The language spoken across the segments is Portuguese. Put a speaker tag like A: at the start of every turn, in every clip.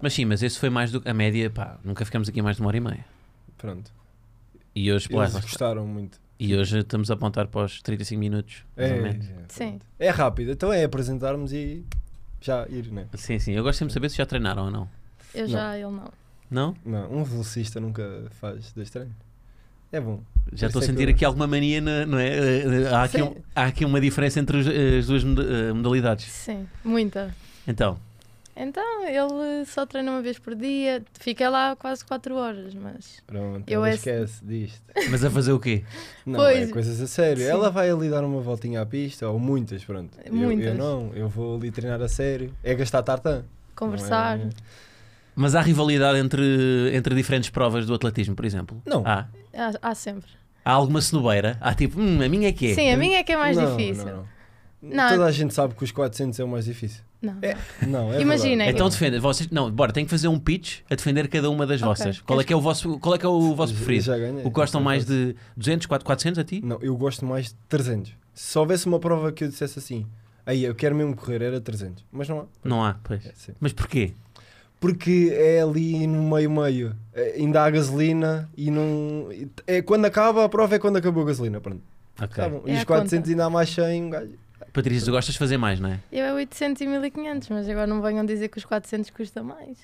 A: Mas sim, mas esse foi mais do que a média, pá, nunca ficamos aqui mais de uma hora e meia.
B: Pronto.
A: E hoje, pá,
B: Eles
A: lá está.
B: gostaram muito.
A: e hoje estamos a apontar para os 35 minutos, mais ou
B: É,
A: menos.
B: é,
C: Sim.
B: pronto. É rápido, então é apresentarmos e já ir, né?
A: Sim, sim, eu gosto sempre de saber se já treinaram ou não.
C: Eu
B: Não.
C: já, ele não.
A: Não?
B: Não, um velocista nunca faz dois treinos. É bom.
A: Já
B: Por isso
A: estou a
B: é que
A: sentir
B: eu-
A: aqui alguma mania, na- não é? Eh, eh, Há aqui,
B: Sim.
A: um- há aqui uma diferença entre os- as duas moda- eh, modalidades.
C: Sim, muita.
A: Então,
C: Então, ele só treina uma vez por dia, fica lá quase 4 horas, mas.
B: Pronto,
C: Eu
B: ela
C: é-
B: esquece disto.
A: mas a fazer o quê?
B: Não,
C: Pois.
B: é coisas a sério.
C: Sim.
B: Ela vai ali dar uma voltinha à pista, ou muitas, pronto. Eu- Eu,
C: Muitas.
B: não, eu vou ali treinar a sério. É gastar tartan. não é-
C: Conversar.
A: Mas há rivalidade entre, entre diferentes provas do atletismo, por exemplo?
B: Não.
A: Há,
B: é?
C: Há, há sempre.
A: há alguma cenobeira? Há tipo, hum, a minha é que é.
C: Sim, a minha é que é mais
B: Não,
C: difícil.
B: não, não.
C: Não.
B: Toda a gente sabe que os 400 é o mais difícil.
C: Não, não.
B: É, não, é
C: Imaginem.
B: verdade.
A: Então defenda, vocês, não, bora, tem que fazer um pitch a defender cada uma das
C: Ok.
A: vossas. Qual é que é o vosso, qual é que é o vosso
B: Já-
A: preferido?
B: eh, já ganhei.
A: O que gostam mais de 200, 400, 400 a ti?
B: Não, eu gosto mais de 300. Se houvesse uma prova que eu dissesse assim, aí eu quero mesmo correr, era 300. Mas não há.
A: Não há, pois.
B: É, sim.
A: Mas porquê?
B: Porque é ali no meio-meio. É, Ainda há gasolina e não. É quando acaba a prova, é quando acabou a gasolina. Pronto.
A: Ok.
B: Tá bom.
C: É
B: e os
C: a
B: 400
C: conta.
B: ainda há mais 100. um gajo-
A: Patrícia, tu gostas de fazer mais, não é?
C: Eu é 800 e 1500, mas agora não venham dizer que os 400 custa mais.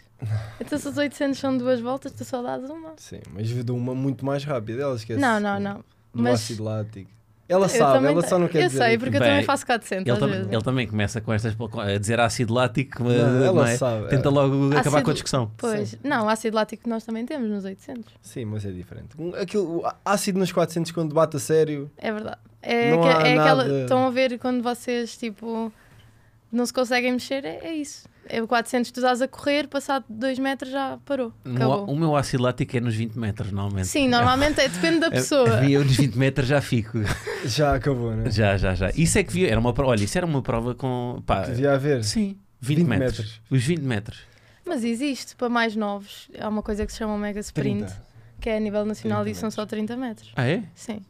C: Então, se os 800 são duas voltas, tu só dás uma.
B: Sim, mas eu dou uma muito mais rápida. Ela esquece.
C: Não, não, não.
B: Do
C: Mas-
B: ácido lático. Ela
C: Eu
B: sabe,
C: também
B: ela
C: te-
B: só não quer
C: Eu
B: dizer.
C: sei,
B: aquilo.
C: porque eu
A: Bem,
C: também faço 400
A: Ele,
C: às
A: tam-
C: vezes.
A: ele também começa com estas com- a dizer ácido lático, mas-
B: Não, ela
A: não é?
B: sabe.
A: Tenta logo
C: Ácido-
A: acabar com a discussão.
C: Pois, não, ácido lático nós também temos nos 800.
B: Sim, mas é diferente. Um- Aquilo, o á- ácido nos 400 quando bate a sério.
C: É verdade. É,
B: Não
C: que-
B: há
C: é aquela.
B: nada-
C: Estão a ver quando vocês, tipo, não se conseguem mexer, é, é isso. É o 400, tu estás a correr, passado 2 metros já parou.
A: No-
C: Acabou.
A: o meu ácido lático é nos 20 metros, normalmente.
C: Sim, normalmente é, depende da
A: É-
C: pessoa.
A: é- Eu nos 20 metros já fico.
B: Já acabou, né?
A: Já, já, já. Isso é que vi- era uma prova. Olha, isso era uma prova com. Pá,
B: Devia haver.
A: sim, 20,
B: 20
A: metros.
B: metros.
A: Os 20 metros.
C: Mas existe, para mais novos, há uma coisa que se chama um Mega Sprint,
B: 30.
C: que é a nível nacional
B: 30
C: e são só 30 metros.
A: Ah, é?
C: Sim.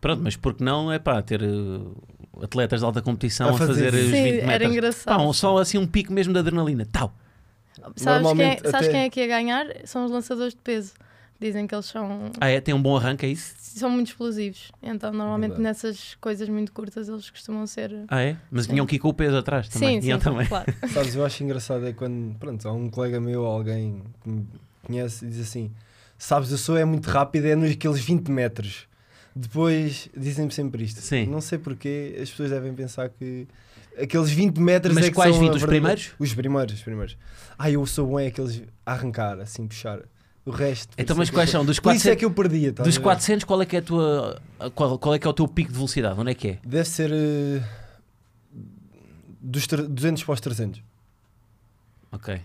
A: Pronto, mas porque não é pá, ter uh, atletas de alta competição
B: A
A: a fazer,
B: fazer isso.
A: os
C: Sim,
A: 20
C: era
A: metros? Pá,
C: engraçado.
A: um, só assim um pico mesmo de adrenalina. Tal.
C: sabes quem,
B: Normalmente
C: sabes
B: até-
C: quem é que ia ganhar? São os lançadores de peso. Dizem que eles são,
A: Ah, é? Tem um bom arranque, é isso?
C: são muito explosivos. Então, normalmente
B: Verdade.
C: nessas coisas muito curtas, eles costumam ser.
A: Ah, é? Mas
C: Sim.
A: vinham aqui com o peso atrás também.
C: Sim, sim,
A: Iam também.
C: claro.
B: Sabes, eu acho engraçado é quando, pronto, há um colega meu, alguém que me conhece, e diz assim: Sabes, eu sou é muito rápido, é nos aqueles 20 metros. Depois dizem-me sempre isto.
A: Sim.
B: Não sei porquê, as pessoas devem pensar que aqueles 20 metros
A: Mas
B: é que
A: quais
B: são a
A: 20? Os
B: verdade-
A: primeiros?
B: Os primeiros, os primeiros. Ah, eu sou bom é aqueles a arrancar, assim, puxar. O resto.
A: Então,
B: por
A: mas
B: isso é que
A: quais
B: eu-
A: são? Dos
B: Por isso é
A: 400,
B: que eu perdia, estás
A: dos
B: a ver?
A: 400 qual é que é a tua. Qual, qual é que é o teu pico de velocidade? Onde é que é?
B: Deve ser eh, dos tre- 200 para os 300.
A: Ok.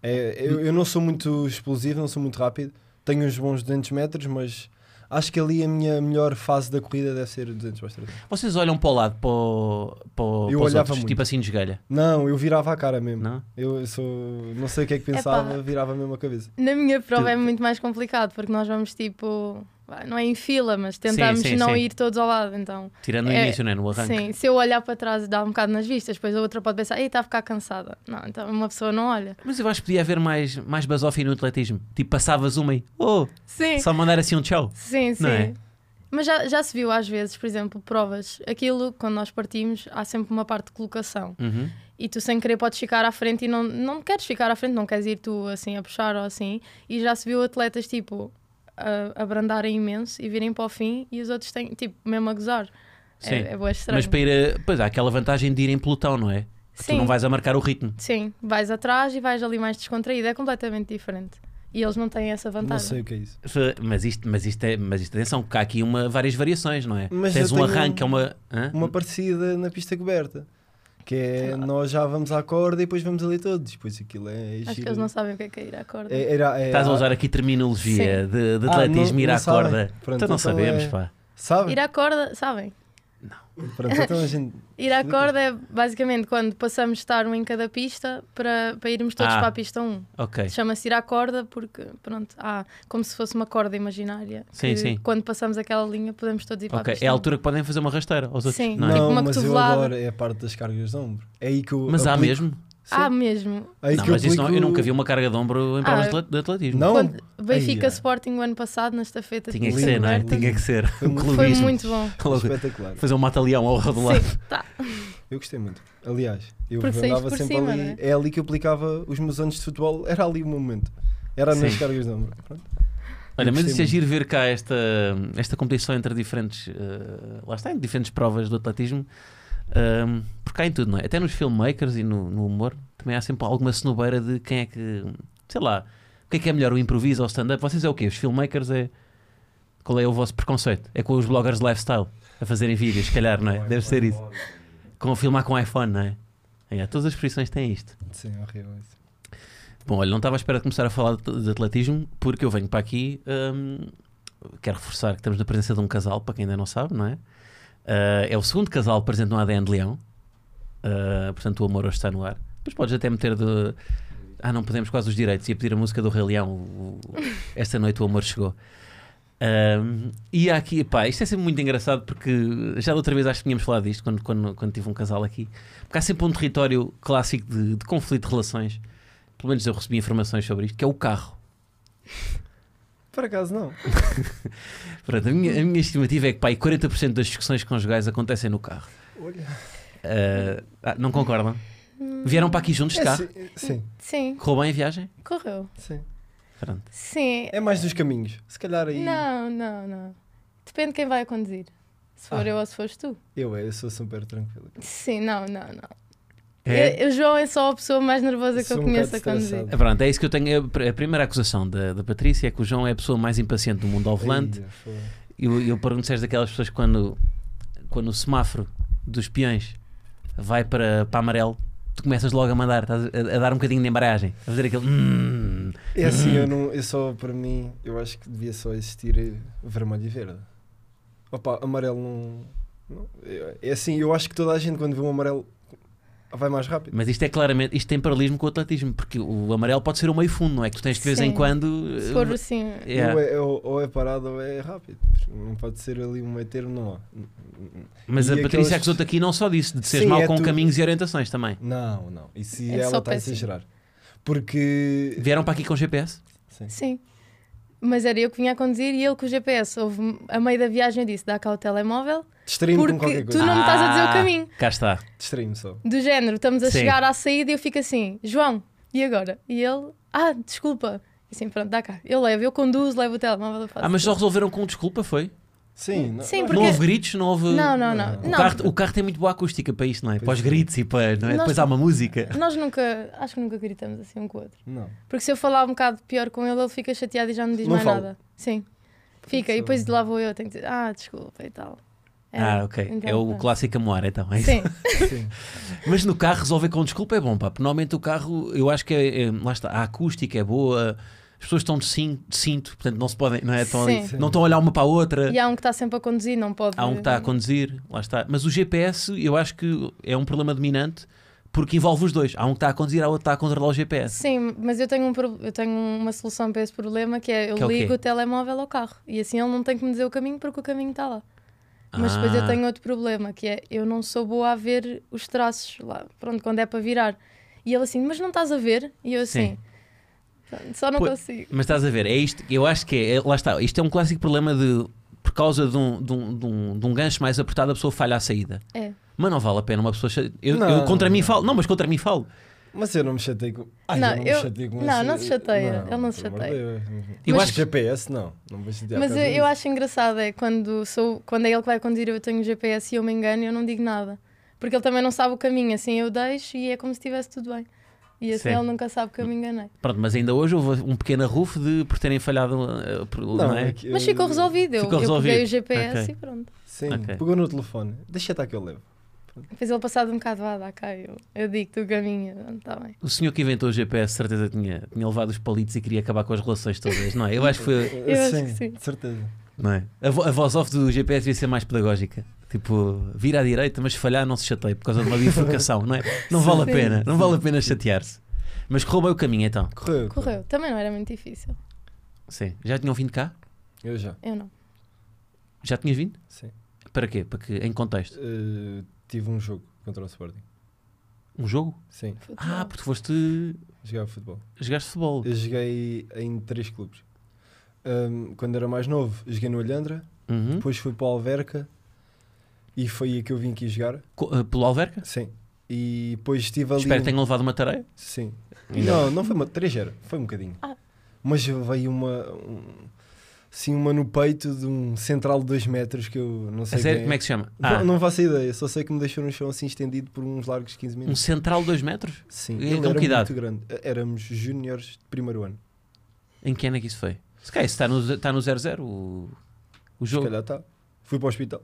B: É, eu, eu não sou muito explosivo, não sou muito rápido. Tenho uns bons 200 metros, mas acho que ali a minha melhor fase da corrida deve ser 200 para os 300.
A: Vocês olham para o lado, para, o, para, o-
B: Eu
A: para os
B: olhava
A: outros,
B: muito.
A: tipo assim de esgalha,
B: Não, eu virava a cara mesmo.
A: não?
B: Eu sou, não sei o que é que pensava,
C: Epá.
B: virava mesmo a cabeça.
C: Na minha prova
A: Tu-
C: é muito mais complicado porque nós vamos tipo. vá, Não é em fila, mas tentamos
A: sim,
C: não
A: sim.
C: ir todos ao lado. Então,
A: Tirando no
C: É,
A: início, né? No arranque.
C: sim, se eu olhar para trás e dar um bocado nas vistas, depois a outra pode pensar, ei, está a ficar cansada. Não, então uma pessoa não olha.
A: Mas eu acho que podia haver mais, mais basófia no atletismo. Tipo, passavas uma e. Oh!
C: Sim,
A: Só mandar assim um tchau.
C: sim, sim.
A: Não é?
C: Mas já, já se viu às vezes, por exemplo, provas. Aquilo, quando nós partimos, há sempre uma parte de colocação.
A: Uhum.
C: e tu sem querer podes ficar à frente e não, não queres ficar à frente, não queres ir tu assim a puxar ou assim. E já se viu atletas tipo a, abrandarem imenso e virem para o fim e os outros têm tipo mesmo a gozar.
A: Sim.
C: É, é boa estranho.
A: Mas para ir a, Pois há aquela vantagem de ir em pelotão, não é? Que
C: Sim.
A: tu não vais a marcar o ritmo.
C: Sim, vais atrás e vais ali mais descontraído, é completamente diferente. E eles não têm essa
B: Não sei
C: vantagem.
B: o que é isso.
A: Mas isto, mas isto é. Mas isto, atenção, que há aqui uma, várias variações, não é?
B: Mas
A: Tens
B: eu
A: um
B: tenho
A: arranque, é uma. hã?
B: Uma parecida na pista coberta. Que é nós já vamos à corda e depois vamos ali todos. Depois aquilo é.
C: Acho que
B: giro.
C: eles não sabem o que é cair à corda.
B: É- era- é-
A: Estás a usar aqui terminologia de, de
B: Ah,
A: atletismo
B: não-
A: ir
B: não
A: à
B: sabem.
A: corda.
B: Pronto,
A: então não
B: então
A: sabemos,
B: é-
A: pá.
B: Sabe?
C: Ir à corda, sabem?
B: Pronto, então a gente.
C: Ir à corda é basicamente quando passamos de estar um em cada pista para, para irmos todos
A: Ah.
C: para a pista 1.
A: Ok.
C: Chama-se ir à corda porque, pronto, há como se fosse uma corda imaginária.
A: Sim,
C: que
A: sim.
C: Quando passamos aquela linha, podemos todos ir para
A: Ok,
C: a pista.
A: é a
C: 1.
A: altura que podem fazer uma rasteira aos outros.
C: Sim.
A: não é?
C: Tipo
B: Não,
C: uma
B: mas eu
C: cotovelada.
B: adoro é a parte das cargas de ombro. É aí que eu.
A: Mas há
B: aplico-
A: mesmo?
B: Sim,
C: Ah, mesmo.
B: é aí
A: não,
B: que eu
A: mas isso não, eu
B: aplico-
A: nunca vi uma carga de ombro em
C: Ah,
A: provas
C: eu-
A: de atletismo.
B: Não,
C: Quando Benfica
B: Ai, ai.
C: Sporting o ano passado, na estafeta
A: Então, Tinha que
B: Lindo,
A: ser, não é?
B: lindo.
A: Tinha que ser.
B: Foi
A: Um
B: muito-
C: Foi
A: clubismo.
C: muito bom.
A: Logo,
B: espetacular.
A: Fazer um mata-leão ao redolado.
C: Sim, tá.
B: Eu gostei muito. Aliás, eu
C: Porque saíste
B: andava
C: por
B: sempre
C: cima,
B: ali.
C: não é?
B: É ali que eu aplicava os meus anos de futebol. Era ali o momento. Era nas
A: Sim.
B: cargas de ombro. Pronto.
A: Olha,
B: Eu
A: mas
B: gostei
A: isso é
B: muito.
A: giro ver cá esta, esta competição entre diferentes, eh, lá está, em diferentes provas do atletismo, ehm, porque há em tudo, não é? Até nos filmmakers e no, no humor também há sempre alguma cenobeira de quem é que, sei lá, o que é que é melhor, o improviso ou o stand-up? Vocês é o quê? Os filmmakers é. Qual é o vosso preconceito? É com os bloggers de lifestyle a fazerem vídeos, se calhar, não é? Deve ser isso. Com filmar com iPhone, não é? É, todas as profissões têm isto.
B: Sim, horrível isso.
A: Bom, olha, não estava à espera de começar a falar de de atletismo, porque eu venho para aqui. hum, quero reforçar que estamos na presença de um casal, para quem ainda não sabe, não é? Ah, é o segundo casal presente no ADN de Leão. Ah, portanto, o amor hoje está no ar. Mas podes até meter de. Ah, não podemos quase os direitos. Ia pedir a música do Rei Leão. o- o- Esta noite o amor chegou. Ahm, e há aqui, pá, isto é sempre muito engraçado porque já da outra vez acho que tínhamos falado disto quando, quando, quando tive um casal aqui. Porque há sempre um território clássico de, de conflito de relações. Pelo menos eu recebi informações sobre isto, que é o carro.
B: Por acaso não.
A: Pronto, a, minha, a minha estimativa é que pá, aí 40% das discussões conjugais acontecem no carro.
B: Olha.
A: Ah, ah, não concordam? Vieram para aqui juntos de
B: É,
A: carro?
B: sim, sim,
C: Sim,
A: Correu bem a viagem?
C: correu.
B: sim.
A: Pronto.
C: Sim.
B: É mais dos caminhos. Se calhar aí.
C: Não, não, não. Depende de quem vai a conduzir. Se for
B: Ah.
C: eu ou se fores tu.
B: Eu, é, eu sou super tranquilo.
C: Sim, não, não, não.
A: É?
C: Eu- o João é só a pessoa mais nervosa que
B: Sou
C: eu
B: um
C: conheço a
B: bocado
C: conduzir.
B: estressado.
A: Ah, Pronto, é isso que eu tenho. A pr- A primeira acusação da, da Patrícia é que o João é a pessoa mais impaciente do mundo ao volante.
B: Ai, foda.
A: Eu, eu pergunto se és daquelas pessoas que quando, quando o semáforo dos peões vai para, para amarelo, tu começas logo a mandar, estás a, a dar um bocadinho de embreagem, a fazer aquele. "Hum".
B: É assim, eu não. Eu só, para mim, eu acho que devia só existir vermelho e verde. Opa, amarelo não. não- é assim, eu acho que toda a gente quando vê um amarelo vai mais rápido.
A: Mas isto é claramente, isto tem paralelismo com o atletismo, porque o amarelo pode ser o meio fundo, não é? Que tu tens de vez em
C: Sim.
A: quando. eh,
C: Se for assim.
A: Yeah.
B: Ou, é, ou- ou é parado ou é rápido. Não pode ser ali um meio termo, não há.
A: Mas
B: E
A: a
B: aqueles-
A: Patrícia acusou-te aqui não só disso, de seres
B: Sim,
A: mal
B: é
A: com
B: tu-
A: caminhos e orientações também.
B: Não, não. E se
C: É
B: ela
C: só
B: está a
C: péssimo.
B: exagerar? Porque.
A: Vieram para aqui com GPS?
B: Sim.
C: Sim. Mas era eu que vinha a conduzir e ele com o GPS. Houve a meio da viagem eu disse: dá cá o telemóvel,
B: Distraí-me com
C: Porque
B: qualquer
C: Tu
B: coisa.
C: não me estás a dizer o
A: Ah,
C: caminho.
A: Cá está.
B: Distraí-me só.
C: do género. Estamos a
A: Sim.
C: chegar à saída e eu fico assim: João, e agora? E ele: Ah, desculpa. E assim, pronto, dá cá. Eu levo, eu conduzo, levo o telemóvel, eu faço.
A: Ah, mas só resolveram com desculpa, foi?
B: Sim, não,
C: Sim,
B: não-
C: Porque-
A: Não houve gritos, não houve.
C: Não, não, não.
B: O
A: O,
C: não.
A: Carro, o carro tem muito boa acústica para isto, não é? Para os
B: é.
A: gritos e para. não é?
C: Nós-
A: Depois há uma música.
C: Nós nunca, acho que nunca gritamos assim um com o outro.
B: Não.
C: Porque se eu falar um bocado pior com ele, ele fica chateado e já não diz
B: Não
C: mais
B: fala.
C: nada. Sim. Fica, e depois de lá vou eu, tenho que dizer: Ah, desculpa e tal. É,
A: Ah, ok.
C: então
A: é o
C: pronto.
A: clássico amor, então. É isso?
C: Sim,
B: Sim.
A: Mas no carro resolver com desculpa é bom, pá. porque Normalmente o carro, eu acho que é, é- lá está, a acústica é boa, as pessoas estão de cinto, de cinto, portanto não se podem, não é? Estão ali-
C: Sim.
A: não estão a olhar uma para a outra.
C: e há um que está sempre a conduzir, não pode.
A: Há um que está a conduzir, lá está. Mas o GPS, eu acho que é um problema dominante porque envolve os dois. Há um que está a conduzir, há outro que está a controlar o GPS.
C: Sim, mas eu tenho, um, pro- eu tenho uma solução para esse problema que é eu
A: Que é o quê?
C: ligo o telemóvel ao carro e assim ele não tem que me dizer o caminho porque o caminho está lá. Mas depois
A: Ah.
C: eu tenho outro problema que é eu não sou boa a ver os traços lá, pronto, quando é para virar. E ele assim, mas não estás a ver? E eu assim,
A: Sim.
C: "Pronto, só não
A: Pois-
C: consigo.
A: Mas estás a ver, é isto, eu acho que é, é- lá está, isto é um clássico problema de por causa de um, de um, de um- de um gancho mais apertado, a pessoa falha a saída.
C: É.
A: Mas não vale a pena uma pessoa. chate- Eu,
B: Não,
A: eu contra mim
B: não.
A: falo, não, mas contra mim falo.
B: Mas eu não me chatei com. Ai,
C: Não,
B: eu não me
C: eu-
B: chatei com
C: não,
B: esse-
C: não se chateia, ele não se
B: pelo amor de Deus.
A: Eu
B: Mas
A: acho que-
B: GPS não. Não vou chatear
C: Mas
B: por
C: eu,
B: causa
C: eu acho engraçado é quando, sou, quando é ele que vai conduzir, eu tenho o GPS e eu me engano e eu não digo nada. Porque ele também não sabe o caminho, assim eu deixo e é como se estivesse tudo bem. E assim
A: Sim.
C: ele nunca sabe que eu me enganei.
A: Pronto, mas ainda hoje houve um pequeno arrufo de por terem falhado, eh, por- não,
B: disso.
A: é?
B: que-
C: Mas ficou resolvido, eu,
A: Ficou
C: eu peguei
A: resolvido.
C: o GPS
A: Ok.
C: e pronto.
B: Sim,
A: Ok.
B: pegou no telefone. Deixa estar que eu levo.
C: Depois ele passado um bocado, vá, dá cá, eu, eu digo-te o caminho, está tá bem.
A: O senhor que inventou o GPS, de certeza, tinha, tinha levado os palitos e queria acabar com as relações todas, não é? Eu acho que foi.
C: Eu acho que sim.
B: de certeza.
A: Não é? a, vo- a voz off do GPS devia ser mais pedagógica. Tipo, vira à direita, mas se falhar não se chateie por causa de uma bifurcação, não é? Não vale a
C: Sim.
A: pena, não vale a pena chatear-se. Mas correu bem o caminho então.
B: Correu.
C: Correu. Também não era muito difícil.
A: Sim. Já tinham vindo cá?
B: Eu já,
C: Eu não.
A: Já tinhas vindo?
B: sim.
A: Para quê? Para que, em contexto?
B: Eh, tive um jogo contra o Sporting.
A: Um jogo?
B: Sim,
A: Ah,
C: Futebol.
A: porque tu foste.
B: jogava futebol.
A: jogaste futebol.
B: Eu joguei em três clubes. Ahm, quando era mais novo, joguei no Alhandra,
A: Uhum.
B: depois fui para o Alverca e foi aí que eu vim aqui jogar.
A: Co- eh, Pelo Alverca?
B: Sim. E depois estive ali.
A: Espero que tenham levado uma tareia.
B: Sim.
A: Ainda
B: Não, não foi uma. Três era, foi um bocadinho.
C: Ah.
B: Mas veio uma. Um, sim, uma no peito de um central de 2 metros que eu não sei.
A: A sério,
B: quem
A: como é que se chama?
B: Não,
A: Ah,
B: não faço ideia, só sei que me deixou no chão assim estendido por uns largos 15
A: um
B: minutos.
A: central de 2 metros? E
B: Sim, ele
A: com
B: era
A: Então, que idade?
B: muito grande. É- Éramos júniores de primeiro ano.
A: Em que ano é que isso foi? Se calhar isso está no 00 tá no 00 o, o
B: Se
A: jogo. Ah,
B: calhar está. Fui para o hospital.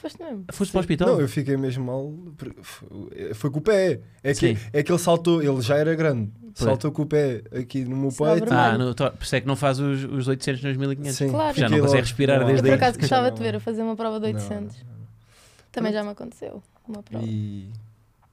C: Foste mesmo.
A: Foste para o hospital?
B: Não, eu fiquei mesmo mal. porque f- Foi com o pé. É que,
A: Sim.
B: é que ele saltou, ele já era grande. Saltou com o pé aqui no meu
C: Sinal
B: peito.
A: Ah,
C: Vermelho.
A: no, to- por isso é que não faz os, os 800 nos 1500.
B: Sim,
C: Claro.
A: Ah, Já não
B: fiquei
A: consegue
B: logo-
A: respirar desde
C: Eu por
A: daí.
C: acaso gostava de te
B: Não,
C: ver a fazer uma prova de
B: não, não.
C: 800. Também já me aconteceu. Uma prova.
B: E...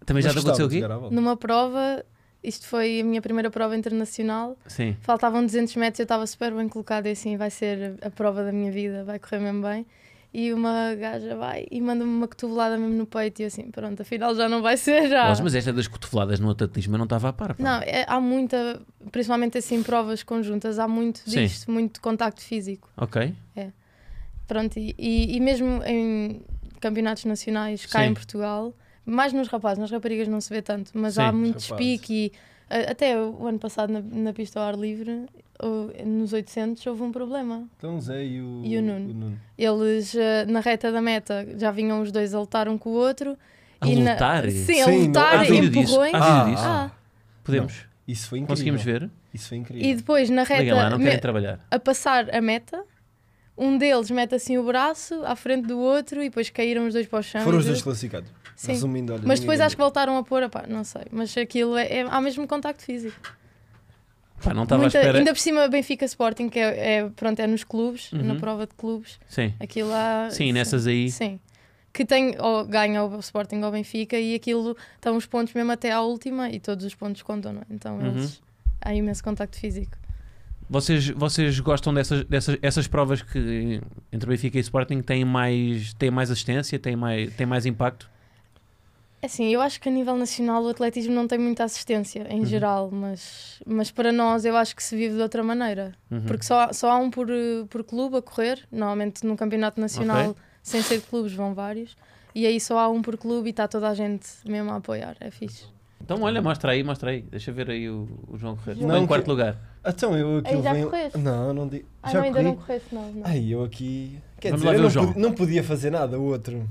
A: Também já te aconteceu
B: Mas gostava de
A: aqui?
B: jogar à bola.
C: Numa prova, isto foi a minha primeira prova internacional.
A: Sim.
C: Faltavam 200 metros, eu estava super bem colocada e assim vai ser a prova da minha vida, vai correr mesmo bem. E uma gaja vai e manda-me uma cotovelada mesmo no peito e eu assim, pronto, afinal já não vai ser já.
A: Nossa, mas esta das cotoveladas no atletismo eu não estava a par. pá.
C: Ah. Não, é- há muita, principalmente assim provas conjuntas, há muito
A: Sim.
C: disto, muito contacto físico.
A: Ok.
C: Pronto, e, e, e mesmo em campeonatos nacionais cá
A: Sim.
C: em Portugal, mais nos rapazes, nas raparigas não se vê tanto, mas
A: Sim,
C: há muito
B: rapazes.
C: despique e a- até o ano passado na, na pista ao ar livre, ou- nos 800, houve um problema.
B: Então Zé e o,
C: E o Nuno. Eles eh, na reta da meta já vinham os dois a lutar um com o outro.
A: A
C: e na-
A: lutar?
C: Sim, a
B: Sim, não-
C: lutar,
A: Há vídeo disso?
C: Ah, empurrões.
A: Há vídeo disso?
C: Ah,
A: Podemos.
B: Isso foi incrível.
A: Conseguimos ver?
B: Isso foi incrível.
C: E depois na reta,
A: Liguem lá, não
C: me-
A: querem trabalhar.
C: a passar a meta, um deles mete assim o braço à frente do outro e depois caíram os dois para o chão.
B: Foram
C: e
B: os
C: tudo.
B: dois classificados.
C: Sim.
B: Resumindo, olha,
C: Mas depois
B: ninguém-
C: acho que voltaram a pôr, opá, não sei. Mas aquilo é, é- há mesmo contacto físico.
A: Pá, não estava à
C: Muita-
A: espera.
C: Ainda por cima, Benfica Sporting, que é, é- pronto, é nos clubes,
A: Uhum.
C: na prova de clubes.
A: Sim.
C: Aquilo há.
A: Sim, nessas aí.
C: Ah, Sim. Que tem, ou ganha o Sporting ou Benfica e aquilo estão os pontos mesmo até à última e todos os pontos contam, não é? Então
A: Uhum.
C: eles. Há imenso contacto físico.
A: Vocês, vocês gostam dessas, dessas essas provas que entre Benfica e Sporting têm mais, têm mais assistência, têm mais, têm mais impacto?
C: É Assim, eu acho que a nível nacional o atletismo não tem muita assistência em
A: Uhum.
C: geral, mas, mas para nós eu acho que se vive de outra maneira.
A: Uhum.
C: Porque só, só há um por, eh, por clube a correr, normalmente no campeonato nacional, sem ser de clubes, vão vários, e aí só há um por clube e está toda a gente mesmo a apoiar, é fixe.
A: Então olha, mostra aí, mostra aí. Deixa ver aí o, o João Correia.
B: Não,
A: Não, em
B: que-
A: quarto lugar.
B: Então, eu aqui.
C: Aí já
B: venho-
C: correste?
B: Não, não digo.
C: Ah,
B: já
C: não, ainda
B: corri.
C: não correste, não. não.
B: Ai, eu aqui. Quer
A: Vamos
B: dizer,
A: lá ver
B: eu
A: o
B: não,
A: João.
B: pude- não podia fazer nada, o outro.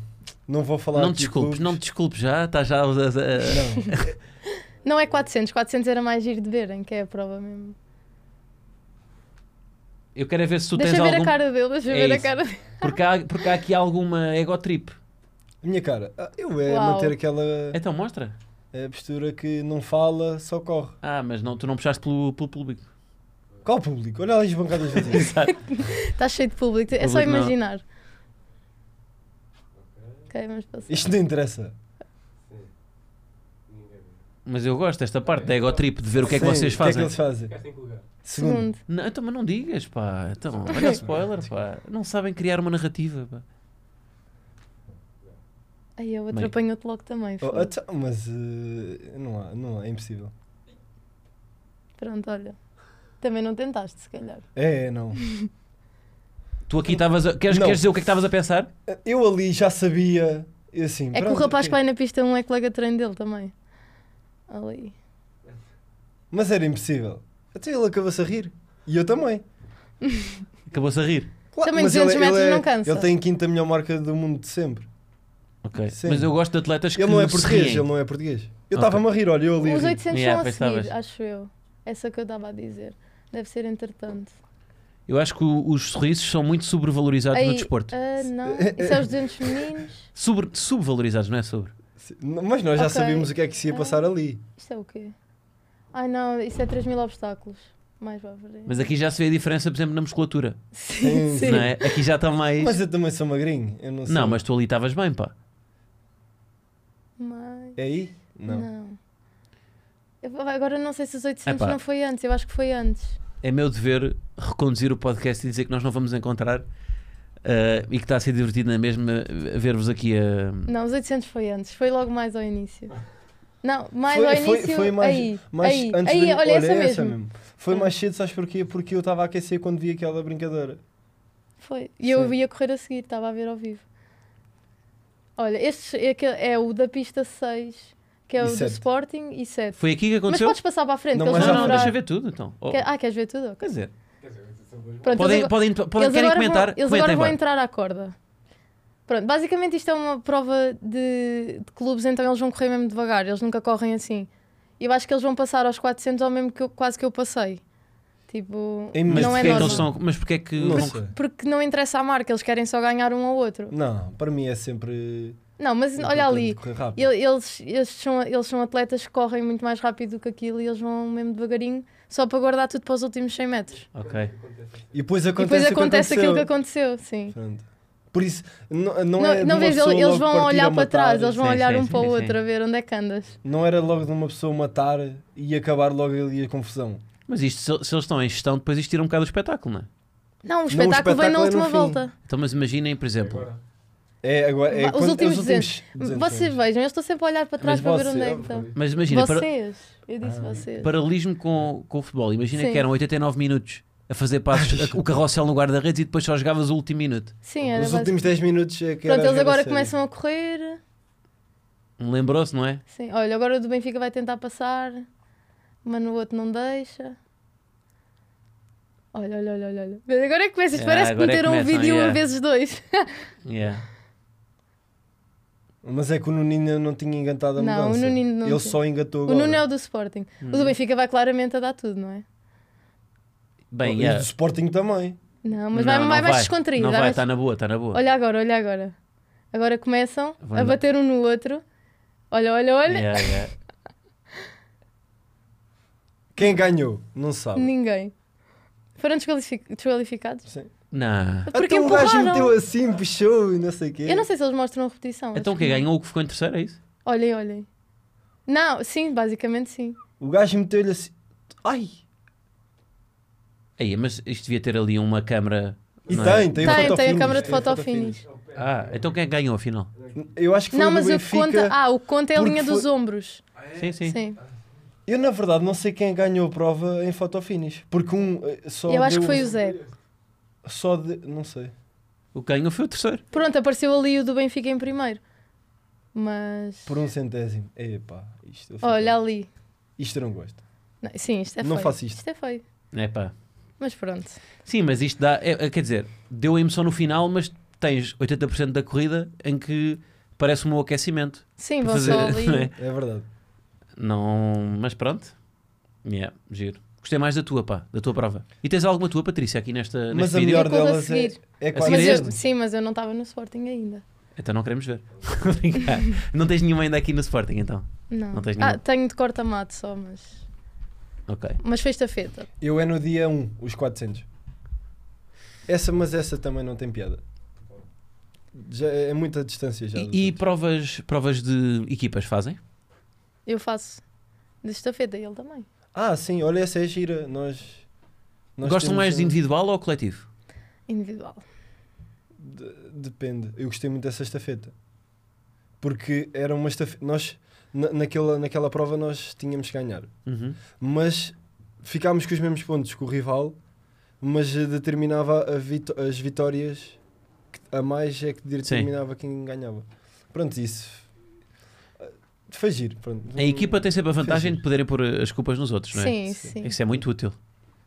B: Não vou falar
A: Não
B: aqui
A: te desculpes,
B: clubes.
A: não te desculpes já. Está já. a- eh, a- a-
B: Não.
C: Não é 400, 400 era mais giro de verem, que é a prova mesmo.
A: Eu quero é ver se tu
C: deixa
A: tens
C: ver
A: algum.
C: a cara dele, deixa
A: É
C: ver
A: isso.
C: a cara dele.
A: Porque, há, porque há aqui alguma ego trip.
B: A minha cara, ah, eu é
C: Uau.
B: manter aquela
A: Então mostra.
B: eh, postura que não fala, só corre.
A: Ah, mas não, tu não puxaste pelo, pelo público.
B: Qual público? Olha lá as bancadas vazias.
A: Exato.
C: Está cheio de público, é só
A: Público não.
C: imaginar. Ok, vamos passar.
B: Isto não interessa.
A: Mas eu gosto desta parte da ego trip, de ver o que é que
B: Sim,
A: vocês
B: O que é que
A: fazem.
B: eles fazem? Segundo.
C: Segundo.
A: Não, então, mas não digas, pá. Então, olha o spoiler, pá. Não sabem criar uma narrativa, pá.
C: Aí eu
A: Meio.
C: atrapanho-te logo também.
B: Oh,
C: foda-se.
B: então, mas eh, não há, não há, é impossível.
C: Pronto, olha. Também não tentaste, se calhar.
B: É, é, não.
A: Tu aqui estavas. A... Queres,
B: Não.
A: queres dizer o que é que estavas a pensar?
B: Eu ali já sabia, e assim.
C: É que o
B: pronto,
C: rapaz que
B: ok.
C: vai na pista 1 é colega de treino dele também. Ali.
B: Mas era impossível. Até ele acabou-se a rir. E eu também.
A: Acabou-se a rir.
B: Claro,
C: Também
B: mas ele
C: 200
B: é- ele
C: metros
B: é-
C: não cansa.
B: Ele tem a quinta melhor marca do mundo de sempre.
A: Ok.
B: Sim.
A: Mas eu gosto de atletas que
B: Ele não é
A: se
B: português,
A: riem.
B: ele não é português.
A: Ok.
B: Eu estava-me a rir, olha, eu ali. a
C: Os
B: rir.
C: 800
A: Yeah,
C: são a
A: pois
C: seguir,
A: estavas.
C: acho eu. Essa que eu estava a dizer. Deve ser entretanto.
A: Eu acho que o- os sorrisos são muito sobrevalorizados
C: Aí,
A: no desporto.
C: ah, não. Isso é os 200 meninos.
A: Sobre- subvalorizados, não é sobre.
B: Sim, Mas nós já
C: Ok.
B: sabíamos o que é que se ia
C: Ah.
B: passar ali.
C: Isto é o quê? Ai não, isso é 3 mil obstáculos. Mais para a frente.
A: Mas aqui já se vê a diferença, por exemplo, na musculatura.
C: Sim, sim.
A: Não é? Aqui já está mais.
B: Mas eu também sou magrinho. Eu não, sou...
A: Não, mas tu ali estavas bem, pá.
C: Mas-
B: É aí? Não.
C: Não. Eu- agora não sei se os 800
A: Epá.
C: não foi antes, eu acho que foi antes.
A: É meu dever reconduzir o podcast e dizer que nós não vamos encontrar eh, e que está a ser divertido na mesma eh, ver-vos aqui a.
C: Não, os 800 foi antes, foi logo mais ao início. Não, mais
B: Foi-
C: ao
B: foi-
C: início,
B: foi mais-
C: aí,
B: Mas
C: aí,
B: antes
C: aí,
B: de... é
C: olha, essa mesmo.
B: Foi
C: Hum.
B: mais cedo, sabes porquê? Porque eu estava a aquecer quando vi aquela brincadeira.
C: Foi, e eu
B: Sim.
C: ia correr a seguir, estava a ver ao vivo. Olha, este é, aquele- é o da pista 6, que é
B: E
C: o do
B: sete.
C: Sporting, e 7.
A: Foi aqui que
C: Mas
A: aconteceu?
C: podes passar para a frente,
B: Não,
C: que
A: Não,
C: eles
B: mas
C: vão
A: não,
C: demorar.
A: deixa ver tudo então. Oh,
C: Quer- Ah, queres ver tudo?
A: Quer
C: Ok.
A: dizer,
C: Pronto,
A: podem,
C: eles
A: podem,
C: agora,
A: podem,
C: eles
A: querem
C: agora
A: comentar?
C: vão, eles
A: comentem,
C: agora vão
A: vá.
C: entrar à corda. Pronto, basicamente isto é uma prova de, de clubes, então eles vão correr mesmo devagar, eles nunca correm assim. E eu acho que eles vão passar aos 400 ao mesmo que eu, quase que eu passei. Tipo,
B: Em
A: Mas
C: não
A: porquê
C: é
A: é que
C: normal.
A: eles são. Mas porquê é que.
B: Não
A: vão-
B: sei.
C: Porque não interessa a marca, eles querem só ganhar um ao outro.
B: Não, para mim é sempre.
C: Não, mas olha
B: importante
C: ali,
B: correr rápido.
C: Ele- Eles, eles, são, eles são atletas que correm muito mais rápido do que aquilo e eles vão mesmo devagarinho só para guardar tudo para os últimos 100 metros.
A: Ok.
B: E depois
C: e depois
B: acontece, o que
C: acontece aquilo que
B: aconteceu.
C: aconteceu, sim.
B: Pronto. Por isso, não, não,
C: Não,
B: é de
C: não
B: uma
C: vês,
B: pessoa
C: ele- eles
B: logo
C: vão
B: partir a
C: olhar para
B: matar,
C: trás, eles vão
A: Sim,
C: olhar
A: sim,
C: um
A: sim,
C: para o
A: sim.
C: outro a ver onde é que andas.
B: Não era logo de uma pessoa matar e acabar logo ali a confusão.
A: Mas isto, se, se eles estão em gestão, depois isto tira um bocado o espetáculo, não é?
C: Não, o espetáculo,
B: espetáculo
C: vem na
B: é no
C: última
B: fim.
C: volta.
A: Então, mas imaginem, por exemplo,
B: É, agora, é
C: Ba- os
B: quando- é
C: últimos
B: 200
C: Vocês
B: anos.
C: vejam, eu estou sempre a olhar para
B: Mas
C: trás para ver
B: você-
C: onde é que estão.
A: mas imagina, para- Ah.
C: Vocês, eu disse vocês.
A: paralelismo com, com o futebol. Imagina
C: Sim.
A: que eram 89 minutos a fazer passos, a- o carrossel no guarda-redes e depois só jogavas o último minuto.
C: Sim, era
B: Os
C: basic-
B: últimos 10 minutos é que era
C: Pronto,
B: jogo
C: eles
B: a
C: agora
B: sério.
C: começam a correr.
A: Lembrou-se, não é?
C: Sim, olha, agora o do Benfica vai tentar passar, mas no outro não deixa. Olha, olha, olha, olha, olha. Mas Agora é que começas,
A: Ah,
C: parece que
A: agora é que
C: meteram um
A: começam,
C: vídeo
A: yeah.
C: um vezes dois.
A: Yeah.
B: Mas é que o Nuninho não tinha engatado a
C: Não, o
B: mudança.
C: Nuninho não
B: Ele
C: tinha.
B: só engatou
C: O
B: agora.
C: Nuno é o do Sporting. O
A: Hum.
C: do Benfica vai claramente a dar tudo, não é?
A: Bem, é.
B: E
A: yeah.
B: do Sporting também.
C: Não, mas
A: Não,
C: vai,
A: não
C: vai mais descontraído.
A: Não
C: vai
A: vai,
C: mais-
A: está na boa, está na boa.
C: Olha agora, olha agora. Agora começam
A: Vão
C: a
A: dar-
C: bater um no outro. Olha, olha, olha.
A: Yeah, yeah.
B: Quem ganhou? Não sabe.
C: Ninguém. Foram desqualific- desqualificados?
B: Sim.
A: Não.
C: Porque
B: Até um gajo
C: empurraram.
B: meteu assim, puxou e não sei o quê.
C: Eu não sei se eles mostram a repetição.
A: Então
C: acho
A: quem
C: que não.
A: ganhou o que ficou em terceiro, é isso?
C: Olhem, olhem. Não, sim, basicamente sim.
B: O gajo meteu-lhe assim. Ai!
A: Aí, mas isto devia ter ali uma câmara.
B: E
A: não é?
B: tem, tem, o
C: Tem, tem a
B: fotofinish,
C: câmara de
B: tem o
C: fotofinish.
A: Ah, então quem ganhou afinal?
B: fotofinish. Eu acho que foi
C: Não,
B: o
C: mas
B: do
C: o
B: Benfica.
C: conta. Ah, o conta é a
B: porque
C: linha dos
B: foi-
C: ombros.
B: É.
A: Sim, sim.
C: Sim.
B: Eu, na verdade, não sei quem ganhou a prova em fotofinish. Porque um eh, só.
C: Eu acho
B: deu-
C: que foi o Zé.
B: Só de. Não sei.
A: O que ganhou foi o terceiro.
C: Pronto, apareceu ali o do Benfica em primeiro. Mas.
B: Por um centésimo. Epá, isto eu fico-
C: Olha ali.
B: Isto eu não gosto.
C: Não, sim, isto é feio.
B: Não faço isto.
C: Isto é feio.
A: É pá.
C: Mas pronto.
A: Sim, mas isto dá. é- é, quer dizer, deu a emoção no final, mas tens 80% da corrida em que parece um aquecimento.
C: Sim,
A: para
C: vão
A: fazer-
C: só ali.
A: não é?
B: É verdade.
A: Não. Mas pronto. Yeah, giro. Gostei mais da tua, pá, da tua prova. E tens alguma tua, Patrícia, aqui nesta,
B: Mas
A: neste
B: a
A: vídeo?
B: melhor
C: Eu corro a
B: delas é,
C: seguir.
B: é
A: Olha,
C: Mas
B: quase
A: seguir
C: eu-
B: este.
C: sim, mas eu não estava no Sporting ainda.
A: Então não queremos ver. Brincar. não tens nenhuma ainda aqui no Sporting, então.
C: Não.
A: Não tens
C: ah,
A: nenhuma?
C: tenho de corta-mato só, mas.
A: Ok.
C: Mas fez feta.
B: Eu é no dia 1, os 400. Essa, mas essa também não tem piada. Já é muita distância já. dos
A: E, e
B: outros.
A: provas, provas de equipas fazem?
C: Eu faço de estafeta e ele também.
B: Ah, sim, olha, essa é gira. Nós. nós
A: Gostam
B: temos
A: mais de
B: um-
A: individual ou coletivo?
C: Individual.
B: De- Depende. Eu gostei muito dessa estafeta. Porque era uma estafeta. Nós, na, naquela, naquela prova, nós tínhamos que ganhar.
A: Uhum.
B: Mas ficámos com os mesmos pontos que o rival, mas eh, determinava a vitó- as vitórias. que- A mais é que determinava quem ganhava. Pronto, isso. eh, Foi giro. Pronto.
A: A equipa tem sempre a vantagem
B: Sim.
A: de poderem pôr as culpas nos outros, não é?
C: Sim,
B: Sim.
C: sim.
A: Isso é muito útil.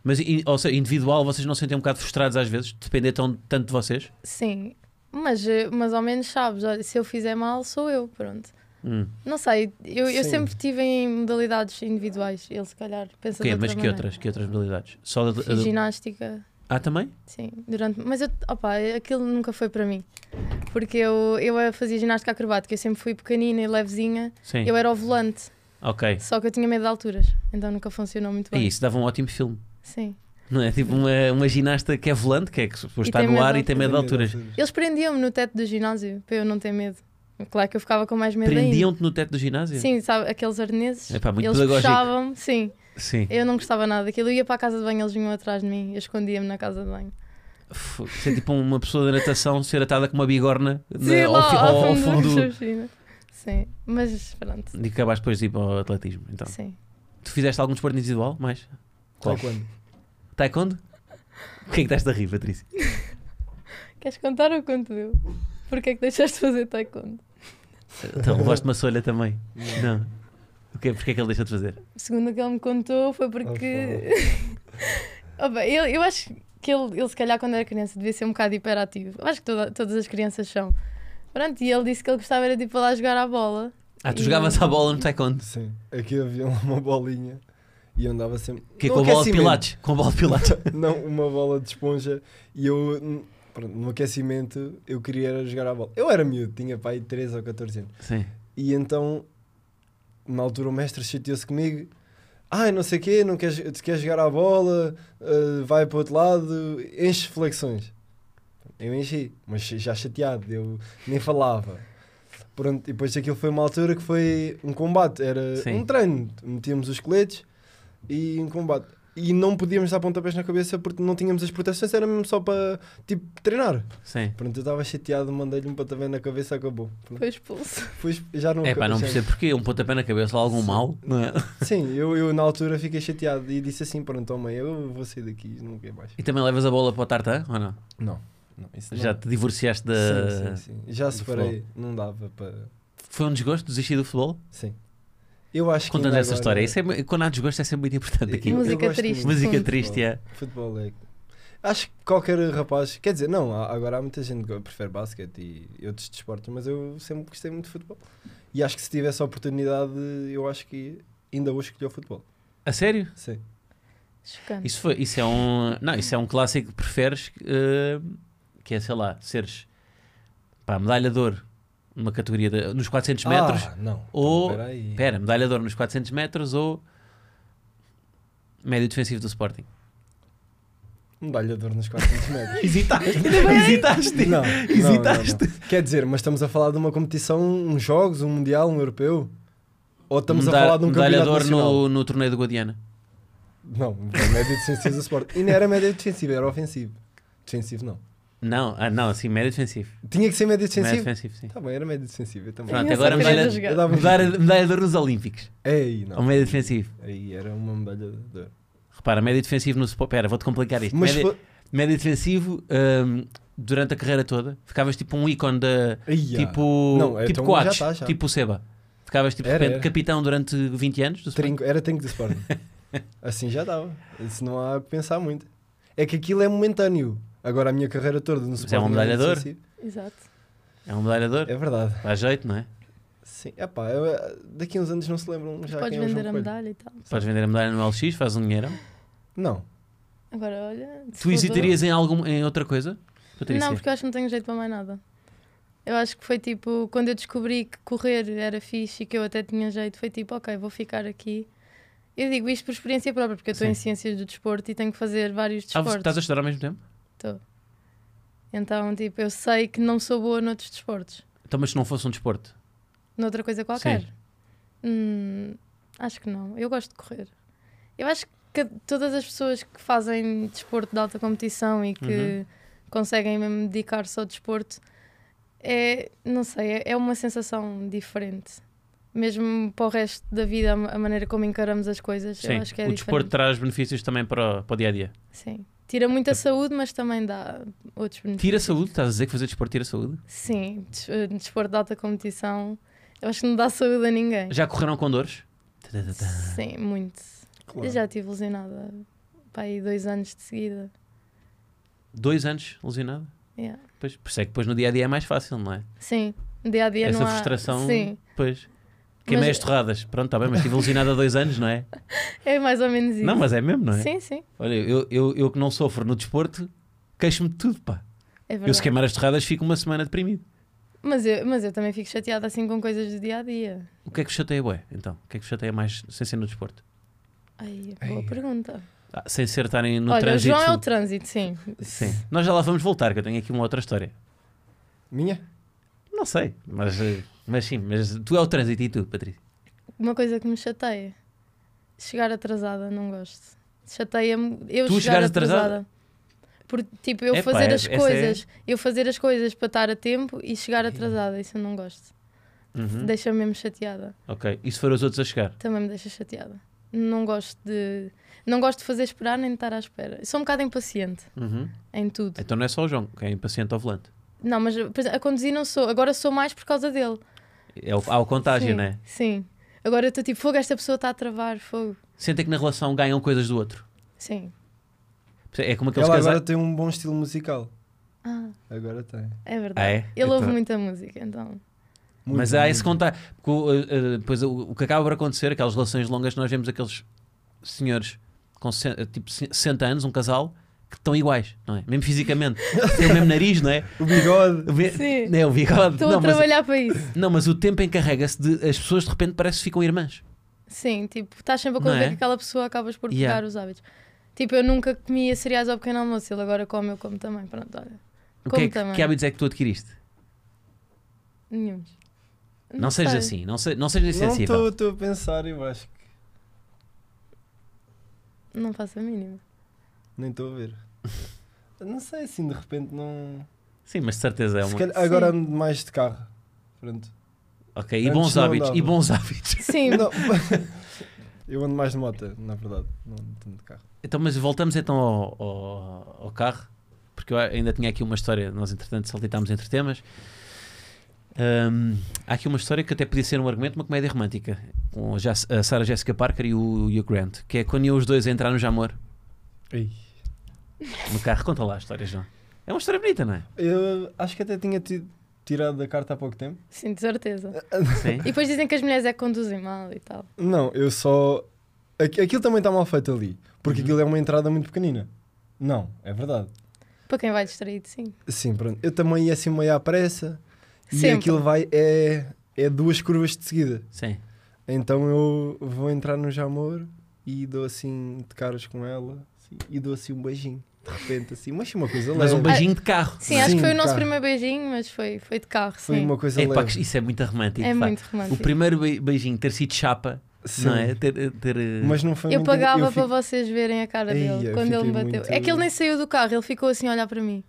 A: Mas, e- ou seja, individual, vocês não se sentem um bocado frustrados às vezes? de Depender tão, tanto de vocês?
C: Sim, mas, eh, mas ao menos sabes, olha, se eu fizer mal, sou eu, pronto.
A: Hum.
C: Não sei, eu, eu
B: Sim.
C: sempre tive em modalidades individuais, ele se calhar pensa
A: Ok,
C: de outra
A: mas que
C: maneira.
A: outras? Que outras modalidades? Só da-
C: Fiz ginástica,
A: Ah, também?
C: sim, durante... Mas eu, opa, aquilo nunca foi para mim, porque eu, eu eh, fazia ginástica acrobática, eu sempre fui pequenina e levezinha,
A: Sim.
C: eu era o volante,
A: Ok.
C: só que eu tinha medo de alturas, então nunca funcionou muito
A: É
C: bem.
A: isso, dava um ótimo filme.
C: Sim.
A: Não é? Tipo uma, uma ginasta que é volante, que é que suposto
C: E
A: está
C: tem
A: no
C: medo
A: ar
C: de
A: e tem medo de alturas.
C: Eles prendiam-me no teto do ginásio para eu não ter medo. Claro que eu ficava com mais medo
A: Prendiam-te no teto do ginásio?
C: ainda. Sim, sabe, aqueles arneses.
A: Epá, muito
C: eles
A: pedagógico.
C: puxavam-me, sim.
A: Sim.
C: Eu não gostava nada daquilo. Eu ia para a casa de banho, eles vinham atrás de mim. Eu escondia-me na casa de banho.
A: F- Isso é tipo uma pessoa da natação ser atada com uma bigorna na-
C: Sim,
A: ao,
C: lá
A: fi- ao- ao
C: da
A: fundo.
C: piscina. Sim, mas pronto.
A: E acabaste depois de ir para o atletismo. Então.
C: Sim.
A: Tu fizeste algum desporto individual? Mais? Qual?
B: quando?
A: Taekwondo? O que é que estás a rir, Patrícia?
C: Queres contar ou conto eu? Porquê é que deixaste de fazer taekwondo?
A: Então, levaste uma solha também.
B: Não.
A: Não. O quê? Porquê é que ele deixou de fazer?
C: Segundo o que ele me contou, foi porque. Oh, bem, eu, eu acho que ele, ele, se calhar, quando era criança, devia ser um bocado hiperativo. Eu acho que toda- todas as crianças são. Pronto, e ele disse que ele gostava era de ir para lá jogar à bola.
A: Ah, tu
C: E-
A: jogavas à bola no Taekwondo.
B: Sim. Aqui havia uma bolinha e eu andava sempre.
A: Que é
B: No
A: com a bola de
B: aquecimento.
A: pilates. Com a bola de pilates.
B: Não, uma bola de esponja e eu. n- Pronto, no aquecimento eu queria era jogar a bola. Eu era miúdo, tinha pai 13 ou 14 anos.
A: Sim.
B: E então, na altura, o mestre chateou-se comigo. Ai, não sei o quê, não queres, tu queres jogar à bola, ah, vai para o outro lado, enche flexões. Eu enchi, mas já chateado, eu nem falava. Pronto, e depois aquilo foi uma altura que foi um combate, era
A: Sim.
B: um treino. Metíamos os coletes e um combate. E não podíamos dar pontapés na cabeça porque não tínhamos as proteções, era mesmo só para, tipo, treinar.
A: Sim.
B: Pronto, eu estava chateado, mandei-lhe um pontapé na cabeça, acabou. Pronto.
C: Foi expulso.
B: Fui exp- já não
A: É pá, não
B: já-
A: percebo porquê. Um pontapé na cabeça, algum mal. Não é?
B: Sim, eu, eu na altura fiquei chateado e disse assim: pronto, mãe, eu vou sair daqui, é não quero mais.
A: E também levas a bola para o tartan ou não?
B: Não, não, isso
A: Já te divorciaste da.
B: Sim, sim, sim. Já
A: do
B: separei, não dava para.
A: Foi um desgosto desistir do futebol?
B: Sim. Eu acho que.
A: Contando
B: ainda
A: essa
B: agora-
A: história. Isso é, mu- quando há desgosto, é sempre muito importante aqui.
B: Eu- eu
C: Música
B: gosto
C: triste.
B: muito de
A: Música
B: futebol.
A: triste, é.
B: Futebol é. Acho que qualquer rapaz. Quer dizer, não, há- agora há muita gente que prefere basquete e outros desportos, mas eu sempre gostei muito de futebol. E acho que se tivesse a oportunidade, eu acho que ainda hoje escolhi o futebol.
A: A sério?
B: Sim.
C: Chocante.
A: Isso, foi, isso é um. Não, isso é um clássico que preferes eh, que é, sei lá, seres pá, medalhador numa categoria de- nos 400 metros.
B: Ah, não.
A: ou-
B: Espera aí.
A: Espera, medalhador nos 400 metros ou médio defensivo do Sporting.
B: Um Medalhador nos 400 metros.
A: Hesitaste, hesitaste.
B: Não,
A: Hesitaste.
B: não, não, não. Quer dizer, mas estamos a falar de uma competição, uns jogos, um mundial, um europeu? Ou estamos
A: Meda-
B: a falar de um campeonato
A: medalhador
B: nacional?
A: no, no torneio do Guadiana.
B: Não, foi médio defensivo do Sport. E não era médio defensivo, era ofensivo. Defensivo não.
A: Não, ah, não, assim, médio defensivo.
B: Tinha que ser médio
A: Médio
B: defensivo?
A: defensivo, sim.
B: Tá bem, era médio defensivo, eu também.
A: Pronto,
C: Eu
A: agora
C: só queria
A: medalha-
C: jogar.
B: Eu dava- um
A: Medalha- Medalhador nos Olímpicos.
B: Ei,
A: Ou
B: não.
A: médio defensivo.
B: Aí era uma medalha de ouro.
A: Repara, médio defensivo no Sporting. Pera, vou-te complicar isto.
B: Mas
A: médio,
B: foi...
A: médio defensivo, hum, durante a carreira toda, ficavas tipo um ícone da.
B: Ia.
A: Tipo.
B: Não, é,
A: tipo
B: então já
A: Coates,
B: tá, já.
A: tipo o Seba. Ficavas tipo, de
B: Era,
A: repente,
B: era.
A: capitão durante 20 anos do Sporting.
B: Trinco, era trinco do Sporting. assim já dava. Isso não há que pensar muito. É que aquilo é momentâneo. Agora a minha carreira toda no
A: é um
B: Sporting era
A: medalha de ouro.
B: defensivo.
C: Exato.
A: É um medalhador.
B: É verdade.
A: Dá jeito, não é?
B: Sim, é pá, daqui a uns anos não se lembram já
C: Podes
B: quem é o João
C: vender a
B: Coelho.
C: medalha e tal.
A: Podes vender a medalha no LX, faz um dinheiro.
B: Não,
C: Agora, olha. se
A: Tu
C: for-
A: hesitarias em, algum, em outra coisa? Patrícia?
C: Não, porque é eu acho que não tenho jeito para mais nada. Eu acho que foi tipo, quando eu descobri que correr era fixe e que eu até tinha jeito, foi tipo, ok, vou ficar aqui. Eu digo isto por experiência própria, porque eu estou
A: Sim.
C: em ciências do desporto e tenho que fazer vários
A: Ah, você-
C: desportos.
A: estás a estudar ao mesmo tempo?
C: Então, tipo, eu sei que não sou boa noutros desportos.
A: Então, mas se não fosse um desporto.
C: Noutra coisa qualquer.
A: Sim.
C: Hum, acho que não. Eu gosto de correr. Eu acho que todas as pessoas que fazem desporto de alta competição e que
A: Uhum.
C: conseguem mesmo dedicar-se ao desporto, é, não sei, é- é uma sensação diferente. Mesmo para o resto da vida, a ma- a maneira como encaramos as coisas,
A: Sim.
C: eu acho que é
A: o desporto
C: diferente.
A: traz benefícios também para o, para o dia a dia.
C: Sim. Tira muita saúde, mas também dá outros benefícios.
A: É. Tira saúde? Estás a dizer que fazer desporto tira saúde?
C: Sim, des- eh, desporto de alta competição, eu acho que não dá saúde a ninguém.
A: Já correram com dores? Tadadadá.
C: Sim, muito.
B: claro.
C: Eu já estive lesionada para aí dois anos de seguida.
A: Dois anos lesionado?
C: Yeah.
A: Pois, por isso é que depois no dia a dia é mais fácil, não é?
C: Sim, dia a dia
A: Essa
C: não há...
A: frustração.
C: Sim,
A: Pois. Queimei
C: Mas-
A: as torradas. Pronto, está bem, mas estive lesionado há dois anos, não é?
C: é mais ou menos isso.
A: Não, mas é mesmo, não é?
C: Sim, sim,
A: Olha, eu, eu, eu que não sofro no desporto, queixo-me de tudo, pá.
C: é
A: Eu se
C: verdade.
A: queimar as torradas fico uma semana deprimido.
C: Mas, eu, mas eu também fico chateada assim com coisas do dia a dia.
A: O que é que vos chateia, ué? Então, o que é que vos chateia mais sem ser no desporto?
C: Ai,
B: Ai.
C: boa pergunta.
A: Ah, sem ser estarem no
C: Olha,
A: trânsito.
C: o João é o trânsito, sim.
A: Sim. Nós já lá vamos voltar, que eu tenho aqui uma outra história.
B: Minha?
A: Não sei, mas, eh, mas sim, mas tu é o trânsito e tu, Patrícia?
C: Uma coisa que me chateia. Chegar atrasada, não gosto. Chateia-me eu
A: Tu
C: chegar
A: chegares atrasada?
C: atrasada. Por, tipo, eu
A: Epá,
C: fazer
A: é-
C: as
A: essa é-
C: coisas, eu fazer as coisas para estar a tempo e chegar atrasada, isso eu não gosto.
A: Uhum.
C: Deixa-me mesmo chateada.
A: Ok, e se for os outros a chegar?
C: Também me deixa chateada. Não gosto de não gosto de fazer esperar nem de estar à espera. Sou um bocado impaciente
A: Uhum.
C: em tudo.
A: Então não é só o João, que é impaciente ao volante.
C: Não, mas por exemplo, a conduzir não sou, agora sou mais por causa dele.
A: É o, há o contágio,
C: sim,
A: não é?
C: Sim. Agora eu estou tipo, fogo, esta pessoa está a travar, fogo.
A: Sentem que na relação ganham coisas do outro.
C: Sim.
A: É como aqueles
B: Ela
A: casais.
B: agora tem um bom estilo musical.
C: Ah,
B: Agora tem.
C: é
A: Ah,
C: verdade.
A: é?
C: Ele
A: Então-
C: ouve muita música, então.
B: Muito,
A: Mas há esse
B: muito.
A: contágio. Porque o, uh, uh, depois o, o que acaba por acontecer, aquelas relações longas, nós vemos aqueles senhores com se- tipo se- 60 anos, um casal, que estão iguais, não é? Mesmo fisicamente. Têm o mesmo nariz, não é?
B: O bigode.
A: O bi-
C: Sim.
A: É o bigode.
C: Estou a
A: Não mas,
C: trabalhar para isso.
A: não, mas o tempo encarrega-se de. As pessoas de repente parece que ficam irmãs.
C: Sim, tipo, estás sempre a
A: Não
C: conviver
A: é?
C: com aquela pessoa, acabas por
A: Yeah.
C: pegar os hábitos. Tipo, eu nunca comia cereais ao pequeno almoço, ele agora come, eu como também. Pronto, olha.
A: O
C: Como
A: que, é que,
C: também.
A: que hábitos é que tu adquiriste?
C: Nenhum.
A: Não, sejas
C: sei.
A: assim, não, se, não sejas
B: Não
A: insensível.
B: estou a pensar, eu acho que.
C: Não faço a mínima.
B: Nem estou a ver. Não sei, assim, de repente não.
A: Sim, mas de certeza é
B: Se
A: uma.
B: calhar,
C: Sim.
B: agora ando mais de carro. Pronto.
A: Ok, e
B: antes
A: bons
B: não
A: hábitos. E
B: andava.
A: bons hábitos.
C: Sim,
B: Não. Eu ando mais de moto, na verdade. Não ando tanto de carro.
A: Então, mas voltamos então ao, ao- ao carro, porque eu ainda tinha aqui uma história, nós entretanto saltitámos entre temas. Ahm, há aqui uma história que até podia ser um argumento, uma comédia romântica, com a Jas- a Sarah Jessica Parker e o Hugh Grant, que é quando iam os dois a entrar no Jamor, no carro. Conta lá a história, João. É uma história bonita, não é?
B: Eu acho que até tinha tido- tirado da carta há pouco tempo.
C: sim, de certeza.
A: Sim.
C: E depois dizem que as mulheres é que conduzem mal e tal.
B: Não, eu só. Aqu- Aquilo também está mal feito ali. Porque
A: Uhum.
B: aquilo é uma entrada muito pequenina. Não, é verdade.
C: Para quem vai distraído, sim.
B: Sim, pronto. Eu também ia assim meio à pressa. E
C: Sempre.
B: aquilo vai. É, é duas curvas de seguida.
A: Sim.
B: Então eu vou entrar no Jamor e dou assim de caras com ela. assim, e dou assim um beijinho. De repente, assim. Mas foi uma coisa
A: Mas um
B: leve.
A: beijinho de carro.
C: Ah, Sim,
A: não é?
C: acho que foi o
B: Sim,
C: nosso
B: carro.
C: primeiro beijinho, mas foi, foi de carro,
B: Foi
C: sim.
B: uma coisa
A: Epá,
B: leve.
A: que isso é muito romântico.
C: É
A: de facto.
C: muito
A: O
C: romântico.
A: primeiro be- beijinho ter sido chapa,
B: Sim,
A: não é? Ter, ter, eh,
B: Mas não foi
C: Eu
B: muito-
C: pagava
B: eu fico-
C: para vocês verem a cara
B: Ei,
C: dele
B: eu
C: quando ele me
B: fiquei
C: bateu.
B: muito-
C: É que ele nem saiu do carro, ele ficou assim a olhar para mim.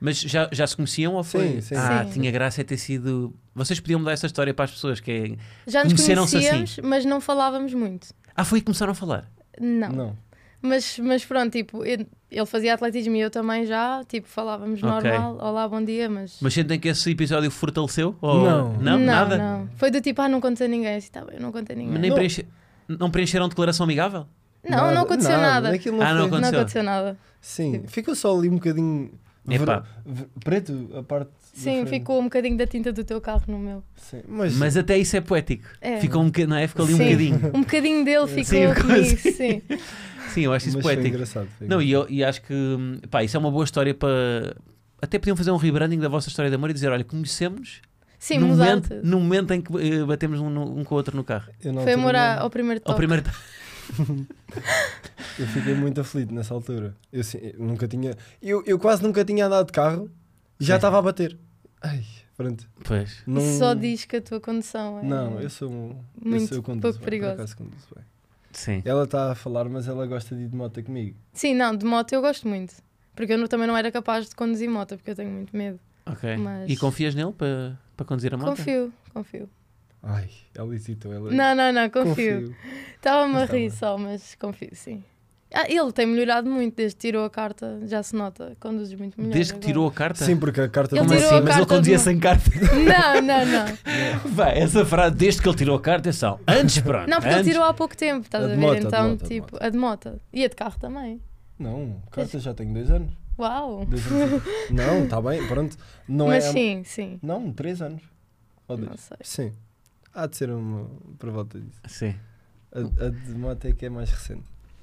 A: Mas já, já se conheciam ou foi?
B: Sim, sim.
A: Ah,
C: Sim.
A: tinha graça é ter sido. Vocês podiam mudar essa história para as pessoas que é.
C: Já nos
A: Conheceram-se assim?
C: conhecíamos, mas não falávamos muito.
A: Ah, foi aí que começaram a falar.
C: Não.
B: Não.
C: Mas, mas pronto, tipo, eu- ele fazia atletismo e eu também já, tipo, falávamos
A: Ok.
C: normal, olá, bom dia, mas.
A: Mas sentem que esse episódio fortaleceu? Ou...
B: Não.
A: não. Nada?
C: não. Foi do tipo, ah, não aconteceu a ninguém, assim, tá bem, eu não contei a ninguém.
A: Nem
B: Não.
A: preenche- não preencheram declaração amigável?
C: Não, não aconteceu nada.
B: Aquilo não
A: Ah, não
B: foi-
A: aconteceu.
C: Não aconteceu nada.
B: Sim, ficou só ali um bocadinho ver-
A: Epá.
B: ver- preto, a parte. da
C: Sim,
B: frente.
C: ficou um bocadinho da tinta do teu carro no meu.
B: Sim, mas,
A: Mas até isso é poético.
C: É.
A: Ficou um bocadinho, não é? Ficou ali um
C: Sim.
A: bocadinho.
C: Um bocadinho dele
A: Sim,
C: ficou
A: ficou
C: comigo,
A: assim.
C: sim.
A: Sim, eu acho
B: mas
A: isso
B: foi
A: poético.
B: engraçado. foi
A: Não, e,
B: engraçado.
A: eu, e acho que. hum, Pá, isso é uma boa história para. Até podiam fazer um rebranding da vossa história de amor e dizer: olha, conhecemos
C: Sim,
A: no,
C: mudaste.
A: momento, no momento em que eh, batemos um, no- um com o outro no carro.
B: Eu na
C: Foi
B: altura
C: amor à-
B: não-
C: ao primeiro
A: Ao
C: toque.
A: primeiro.
B: Eu fiquei muito aflito nessa altura. Eu, sim, eu nunca tinha. Eu, eu quase nunca tinha andado de carro e já
A: Sim.
B: estava a bater. Ai, pronto.
A: Pois.
B: Não,
C: Isso só diz que a tua condição é.
B: Não, eu sou um. eu
C: Muito
B: sou, eu conduzo
C: pouco
B: bem, por
C: perigoso.
B: acaso conduzo bem.
A: Sim.
B: Ela está a falar, mas ela gosta de ir de moto comigo.
C: Sim, não, de moto eu gosto muito. Porque eu não- também não era capaz de conduzir moto, porque eu tenho muito medo.
A: Ok.
C: Mas-
A: E confias nele para para conduzir a moto?
C: Confio, confio.
B: Ai, ela hesitou. Ela...
C: Não, não, não, confio. Estava-me a
B: Mas tá
C: rir
B: bem.
C: só, mas confio, sim. Ah, ele tem melhorado muito desde que tirou a carta, já se nota, conduzes muito melhor.
A: Desde que
C: agora.
A: tirou a carta?
B: Sim, porque a carta é
C: Ele
A: Como
B: também-
C: tirou
A: assim?
C: a
A: Mas ele
C: carta
A: conduzia
C: de uma-
A: sem carta.
C: Não, não, não.
A: Vai, essa frase, desde que ele tirou a carta, é só antes, pronto.
C: Não, porque
A: antes.
C: ele tirou há pouco tempo, estás
B: A
C: a
B: de
C: ver?
B: moto, a de
C: então,
B: moto, a de
C: tipo, a de moto. E a de carro também.
B: Não, carta já tenho dois anos.
C: Uau!
B: Dois anos. não, está bem, pronto. Não
C: mas
B: é.
C: sim, sim.
B: Não, três anos. Ou dois.
C: Não sei.
B: Sim. Há de ser uma por volta disso.
A: Sim.
B: A, a de moto é que é mais recente.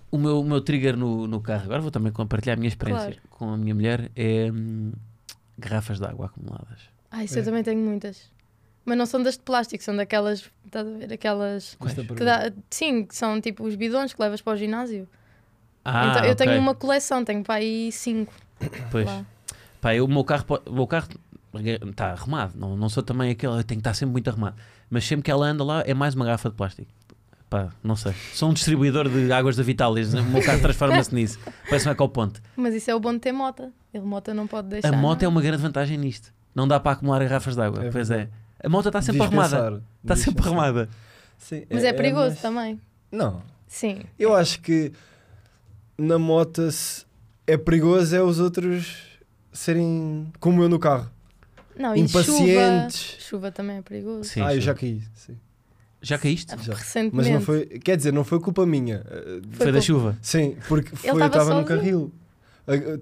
A: O meu, o meu trigger no, no carro, agora vou também compartilhar a minha experiência com a minha mulher, é hum, garrafas de água acumuladas.
C: Ah, isso
B: É.
C: eu também tenho muitas. Mas não são das de plástico, são daquelas, estás a ver? Aquelas.
A: Quais?
B: Esta
C: Que
B: pergunta.
C: dá, sim, que são tipo os bidões que levas para o ginásio.
A: Ah,
C: então, eu
A: ok.
C: tenho uma coleção, tenho para aí cinco.
A: Pois.
C: lá.
A: Pá, eu, o meu carro po- o meu carro está arrumado. Não, não sou também aquele. Eu tenho que estar sempre muito arrumado. Mas sempre que ela anda lá, é mais uma garrafa de plástico. Pá, não sei. Sou um distribuidor de águas da Vitalis. né? O meu carro transforma-se nisso. Parece um ecoponte.
C: Mas isso é o bom de ter mota. Ele mota não pode deixar.
A: A moto é
C: não
A: uma grande vantagem nisto. Não dá para acumular garrafas de água.
B: É
A: pois é. A moto
C: tá
A: está sempre
B: Devias
A: arrumada.
B: pensar,
A: Está
B: devias
A: sempre
B: pensar.
A: arrumada.
B: Sim,
C: Mas é, perigoso
B: mais-
C: também.
B: Não,
C: Sim.
B: eu acho que na moto se é perigoso é os outros serem como eu no carro.
C: Não, e
B: Impacientes.
C: Ah, chuva. Chuva também é perigoso.
A: Sim,
B: ah, eu
A: sim.
B: já caí. Sim.
A: Já caíste?
B: Já.
C: Ah, Recentemente.
B: Mas não foi, quer dizer, não foi culpa minha. Eh,
A: Foi, da
C: culpa-
A: chuva.
B: Sim, porque foi, eu
C: tava
B: estava no
C: sozinho.
B: carril. Ah, ah,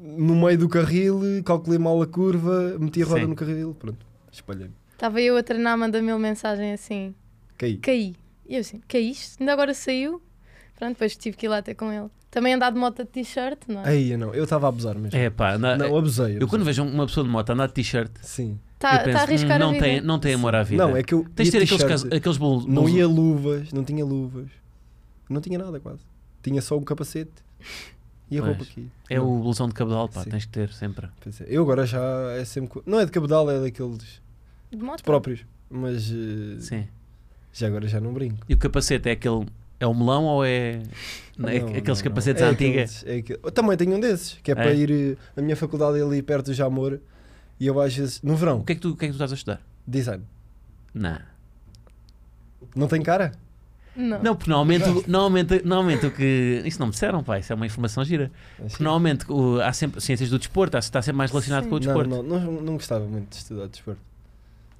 B: No meio do carril, calculei mal a curva, meti a roda
A: Sim.
B: no carril, pronto, espalhei-me.
C: Estava eu a treinar, manda mil mensagem assim:
B: Caí.
C: caí. E eu assim: caíste? Ainda agora saiu? Pronto, depois tive que ir lá ter com ele. Também andar de moto de t-shirt, não é?
B: Aí, eu não, eu estava a abusar mesmo.
A: É pá, na-
B: não, abusei.
A: eu quando
B: abusei.
A: vejo uma pessoa de moto andar de t-shirt,
B: Sim.
C: Está
A: eu
C: tá
A: penso,
C: a arriscar
A: "Hum,
C: a
A: não,
C: vida.
A: tem, não tem amor à vida.
B: Não, é que eu.
A: Tens de
B: ia
A: ter aqueles,
B: t-shirt,
A: casos, aqueles bol-
B: Não
A: bolsos-
B: ia luvas, não tinha luvas. Não tinha nada quase. Tinha só um capacete e a
A: Pois.
B: roupa aqui.
A: É o blusão de cabedal, pá,
B: Sim.
A: tens que ter sempre.
B: Pois é, Eu agora já é sempre. co- Não é de cabedal, é daqueles
C: De moto?
B: próprios. Mas eh,
A: Sim.
B: já agora já não brinco.
A: E o capacete é aquele. É o melão ou é.
B: Não,
A: é
B: não,
A: aqueles
B: não.
A: capacetes
B: É
A: à antiga?
B: aqueles- é aquele- Eu também tenho um desses, que
A: É?
B: é, para ir. eh, A minha faculdade é ali perto do Jamor e eu às vezes. No verão,
A: O que, é que tu, o que é que tu estás a estudar?
B: design.
A: Não.
B: Não tem cara?
C: Não.
A: Não, porque normalmente, o- normalmente, normalmente o que. Isso não me disseram, pá, isso é uma informação gira. Porque normalmente o- há sempre ciências do desporto, há- está sempre mais relacionado
C: Sim.
A: com o
B: assim? não,
A: desporto.
B: não, não, não gostava muito de estudar desporto.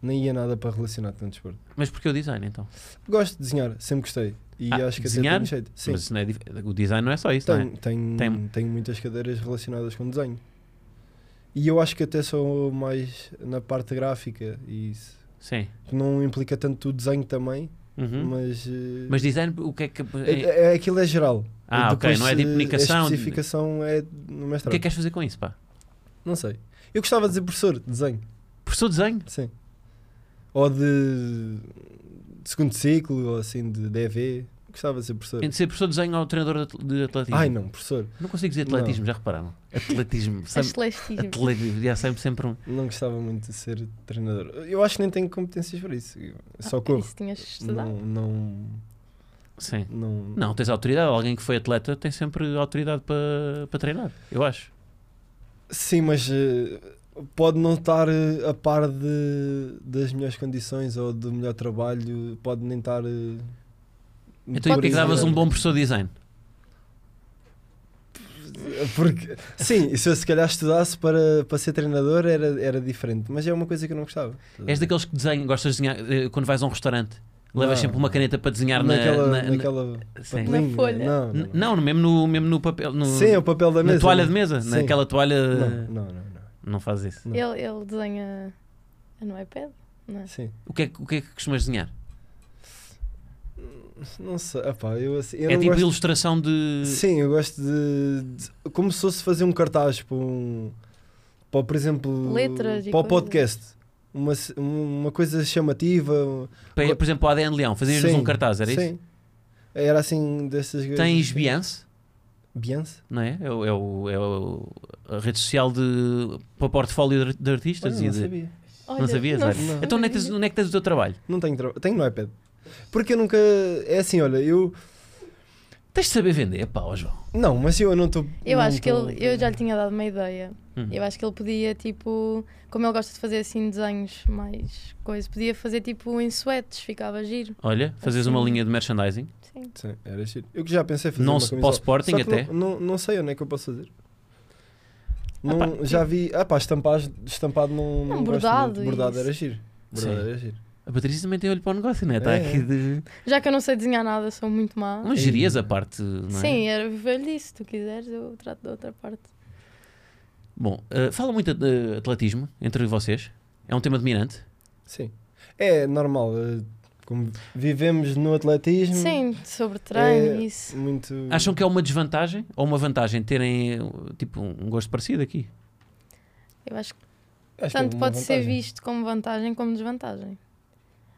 B: Nem ia nada para relacionar com desporto.
A: Mas porque o design então?
B: Gosto de desenhar, sempre gostei. E
A: Ah,
B: acho que
A: desenhar?
B: até tenho jeito. Sim. Então,
A: Mas isso não é dif- o design não é só isso, não é?
B: Tenho, tenho,
A: Tem-
B: tenho muitas cadeiras relacionadas com desenho. E eu acho que até sou mais na parte gráfica e isso.
A: Sim.
B: Que Não implica tanto o desenho também,
A: Uhum. Mas,
B: mas. eh,
A: design, o que é que.
B: é, é- aquilo é geral.
A: Ah, ok,
B: Depois,
A: não é de
B: eh,
A: comunicação,
B: A especificação é no
A: o
B: mestrado.
A: que é que queres fazer com isso, pá?
B: Não sei. Eu gostava de ser professor de desenho,
A: Professor de desenho?
B: sim. Ou de, de segundo ciclo, ou assim, de DV. Gostava de ser professor.
A: Entre ser professor de desenho ou treinador de atl- de atletismo?
B: Ai não, professor.
A: Não consigo dizer
B: Não.
A: atletismo, já repararam? Atletismo.
C: As
A: sempre-
C: celestismo.
A: atletismo. Já sempre, sempre um.
B: Não gostava muito de ser treinador. Eu acho que nem tenho competências para isso. Eu
A: Ah,
B: Só corro.
C: Isso tinhas de estudar.
B: Não, não,
A: Sim.
B: não.
A: é Não, tens autoridade. Alguém que foi atleta tem sempre autoridade para para treinar, eu acho.
B: Sim, mas eh, pode não estar eh, a par de, das melhores condições ou do melhor trabalho. Pode nem estar. eh,
A: Então, e porque é que davas
B: priorizado.
A: um bom professor de design?
B: Eh, Porque, sim, se eu se calhar estudasse para, para ser treinador era, era diferente, mas é uma coisa que eu não gostava.
A: És daqueles que desenham, gostas de desenhar eh, quando vais a um restaurante. Levas
B: Não.
A: sempre uma caneta para desenhar na-
B: naquela,
A: na, na-
B: naquela
A: sim.
B: papelinha,
C: Na folha.
B: Não,
A: N-
B: não, não.
A: Não, mesmo no, mesmo no papel. No,
B: Sim, é o papel da
A: na
B: mesa.
A: toalha de mesa.
B: Sim.
A: Naquela eh, toalha.
B: Não, não, não, não.
A: Não faz isso.
B: não.
C: Ele, ele desenha no iPad? Não. é?
B: Sim.
A: O que, é, que- o que é que costumas desenhar?
B: Não sei, epá, eu, assim, eu
A: é
B: não
A: tipo
B: gosto...
A: ilustração de.
B: Sim, eu gosto de, de- Como se fosse fazer um cartaz para um. Para, por exemplo.
C: Letras e
B: Para o
C: coisas.
B: podcast. Uma, c- uma coisa chamativa.
A: Para- por exemplo, o ADN Leão, fazias
B: Sim,
A: um cartaz, era isso?
B: Sim. Era assim dessas.
A: Tens Beyoncé,
B: Beyoncé?
A: não é? É, o, é, o, é o- a rede social de, para portfólio de, de
B: Olha,
A: artistas. e
B: não
A: de-
B: sabia.
C: Olha,
A: sabias,
C: não
A: olha.
C: sabia.
A: Então onde é, que tens, onde é que tens o teu trabalho?
B: Não tenho trabalho. Tenho no iPad. Porque eu nunca. É assim, olha, eu.
A: Tens de saber vender, pá, ó João.
B: Não, mas eu não então, é. estou.
C: Eu acho que ele, eu já lhe tinha dado uma ideia.
A: Hum.
C: Eu acho que ele podia, tipo, como ele gosta de fazer assim desenhos mais coisa, podia fazer tipo em suetes, ficava giro.
A: Olha, fazes uma
C: Assim.
A: linha de merchandising.
C: Sim.
B: Sim, era giro. Eu que já pensei fazer.
A: Não
B: uma
A: se- para o
B: camisola.
A: Sporting
B: Só que
A: até?
B: Não, não, não sei onde é que eu posso fazer.
A: Ah
B: Não,
A: pá,
B: já vi. Ah pá, estampado, estampado não.
C: Não,
B: não gosto
C: bordado
B: muito.
C: e
B: Bordado
C: isso.
B: era giro. Bordado
A: Sim.
B: era giro.
A: A Patrícia também tem olho para o negócio, não é? Está
B: É.
A: aqui de.
C: Já que eu não sei desenhar nada, sou muito má.
A: Não gerias a parte. Não é?
C: Sim, era viver disso. Se tu quiseres, eu trato da outra parte.
A: Bom, eh, fala muito de atletismo entre vocês. É um tema dominante.
B: Sim. É normal. eh, Como vivemos no atletismo.
C: Sim, sobre treino,
B: É-
C: isso.
B: Muito.
A: Acham que é uma desvantagem ou uma vantagem terem eh, tipo um gosto parecido aqui?
C: Eu acho que
B: Acho que é
C: tanto
B: uma
C: pode ser
B: vantagem.
C: visto como vantagem como desvantagem.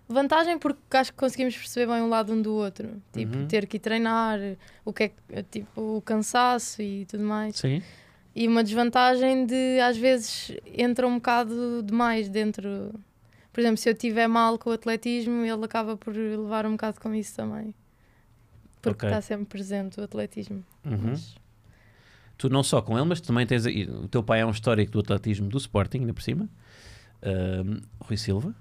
C: Vantagem porque acho que conseguimos perceber bem um lado um do outro. Tipo,
A: Uhum.
C: ter que ir treinar, o que é que- tipo, o cansaço e tudo mais.
A: Sim.
C: E uma desvantagem de às vezes entra um bocado demais dentro. Por exemplo, se eu tiver mal com o atletismo, ele acaba por levar um bocado com isso também. Porque
A: Ok.
C: está sempre presente o atletismo.
A: Uhum.
C: Mas-
A: Tu não só com ele, mas também tens. aí- O teu pai é um histórico do atletismo do Sporting, ainda por cima. Ahm, Rui Silva.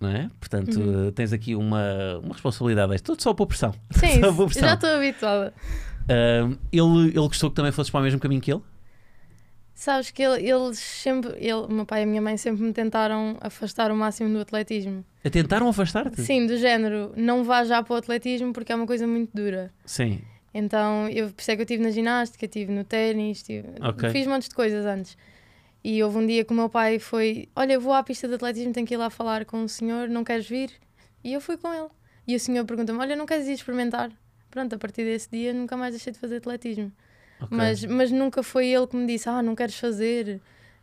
A: Não é? Portanto,
C: Uhum.
A: eh, tens aqui uma, uma responsabilidade. desta. Tudo só por pressão.
C: Sim,
A: Só por
C: isso,
A: pressão.
C: já estou habituada.
A: Ahm, ele, ele gostou que também fosses para o mesmo caminho que ele?
C: Sabes que ele- eles sempre. Ele, o meu pai e a minha mãe sempre me tentaram afastar o máximo do atletismo.
A: A tentaram afastar-te?
C: Sim, do género, não vá já para o atletismo porque é uma coisa muito dura.
A: Sim.
C: Então, eu, por isso é que eu estive na ginástica, estive no ténis, tive-
A: Ok.
C: fiz montes de coisas antes. E houve um dia que o meu pai foi: Olha, eu vou à pista de atletismo, tenho que ir lá falar com o senhor, não queres vir? E eu fui com ele. E o senhor pergunta-me: Olha, não queres ir experimentar? Pronto, a partir desse dia nunca mais deixei de fazer atletismo.
A: Ok.
C: Mas, mas nunca foi ele que me disse: Ah, não queres fazer.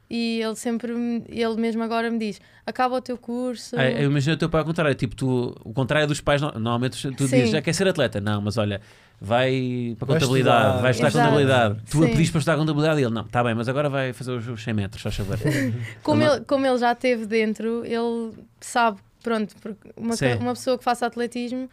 C: E ele sempre, me- ele mesmo agora me diz: Acaba o teu curso.
A: Ah, eu imagino o teu pai ao contrário, tipo, tu, o contrário dos pais, no- normalmente tu
C: Sim.
A: dizes, já quer ser atleta? Não, mas olha, vai para a
B: Vai
A: contabilidade,
B: estudar.
A: vai estudar
C: Exato.
A: contabilidade. Tu a
C: Sim.
A: pediste para estudar contabilidade e ele, não, está bem, mas agora vai fazer os, os 100 metros, faz favor.
C: Como
A: Também-
C: ele, como ele já teve dentro, ele sabe, pronto, porque uma,
A: Sim.
C: ca- uma pessoa que faça atletismo,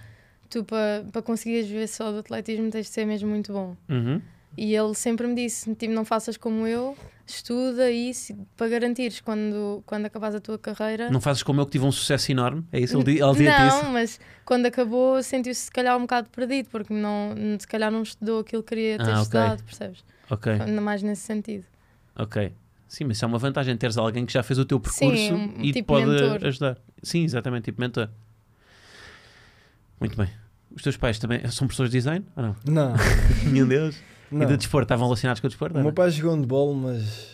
C: tu para pa conseguires viver só do atletismo tens de ser mesmo muito bom.
A: Uhum.
C: E ele sempre me disse: tipo, não faças como eu, estuda isso para garantires quando, quando acabares a tua carreira.
A: Não fazes como eu que tive um sucesso enorme, é isso? Ele, di- ele dizia-te
C: não,
A: isso?
C: mas quando acabou sentiu-se se calhar um bocado perdido, porque não, se calhar não estudou aquilo que queria ter
A: Ah, ok.
C: estudado, percebes?
A: Ok,
C: Ainda mais nesse sentido.
A: ok. Sim, mas isso é uma vantagem, teres alguém que já fez o teu percurso
C: Sim, um-
A: e te
C: tipo
A: pode
C: mentor.
A: ajudar. Sim, exatamente, tipo mentor. Muito bem. Os teus pais também são professores de design? Ou não?
B: Não,
A: Nenhum deles? E
B: não.
A: de desporto? Estavam relacionados com o desporto? ou
B: O
A: não?
B: meu pai jogou handball, mas,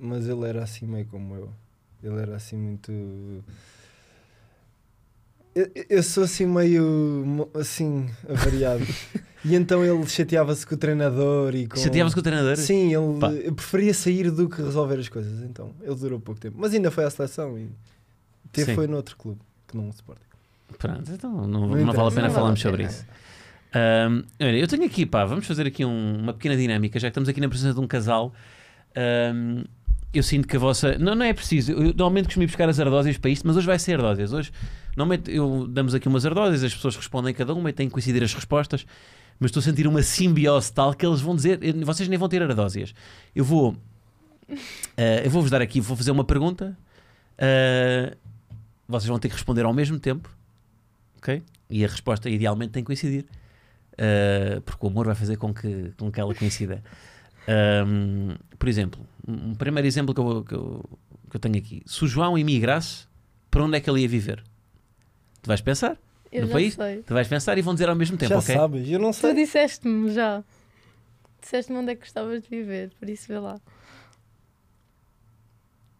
B: mas ele era assim meio como eu. Ele era assim muito. Eu, eu sou assim meio mo- assim avariado. e então ele chateava-se com o treinador e com.
A: Chateava-se com o treinador?
B: Sim, ele
A: Pá.
B: eu preferia sair do que resolver as coisas. Então, ele durou pouco tempo. Mas ainda foi à seleção e até
A: Sim.
B: foi noutro clube que não o Sporting.
A: Pronto, então não,
B: Não
A: não vale a
B: interessa.
A: pena
C: Não vale
A: falarmos
C: a
A: sobre
C: pena.
A: isso. Ahm, olha, eu tenho aqui, pá, vamos fazer aqui um- uma pequena dinâmica, já que estamos aqui na presença de um casal. Ahm, eu sinto que a vossa. Não, não é preciso. Eu normalmente costumo ir buscar as ardósias para isto, mas hoje vai ser ardósias. Hoje, normalmente, eu, damos aqui umas ardósias, as pessoas respondem cada uma e têm que coincidir as respostas. Mas estou a sentir uma simbiose tal que eles vão dizer. eh, Vocês nem vão ter ardósias. Eu vou. ah, eu vou-vos dar aqui, vou fazer uma pergunta. ah, vocês vão ter que responder ao mesmo tempo. Ok? E a resposta idealmente tem que coincidir. Uh, porque o amor vai fazer com que, com que ela coincida. Um, por exemplo, um um primeiro exemplo que eu, que, eu, que eu tenho aqui: se o João emigrasse, para onde é que ele ia viver? Tu vais pensar,
C: Eu
A: No
C: já
A: país?
C: sei.
A: tu vais pensar e vão dizer ao mesmo tempo,
B: Já
A: ok?
B: sabes, eu não
C: Tu
B: sei.
C: disseste-me já. Disseste-me onde é que gostavas de viver, por isso vê lá.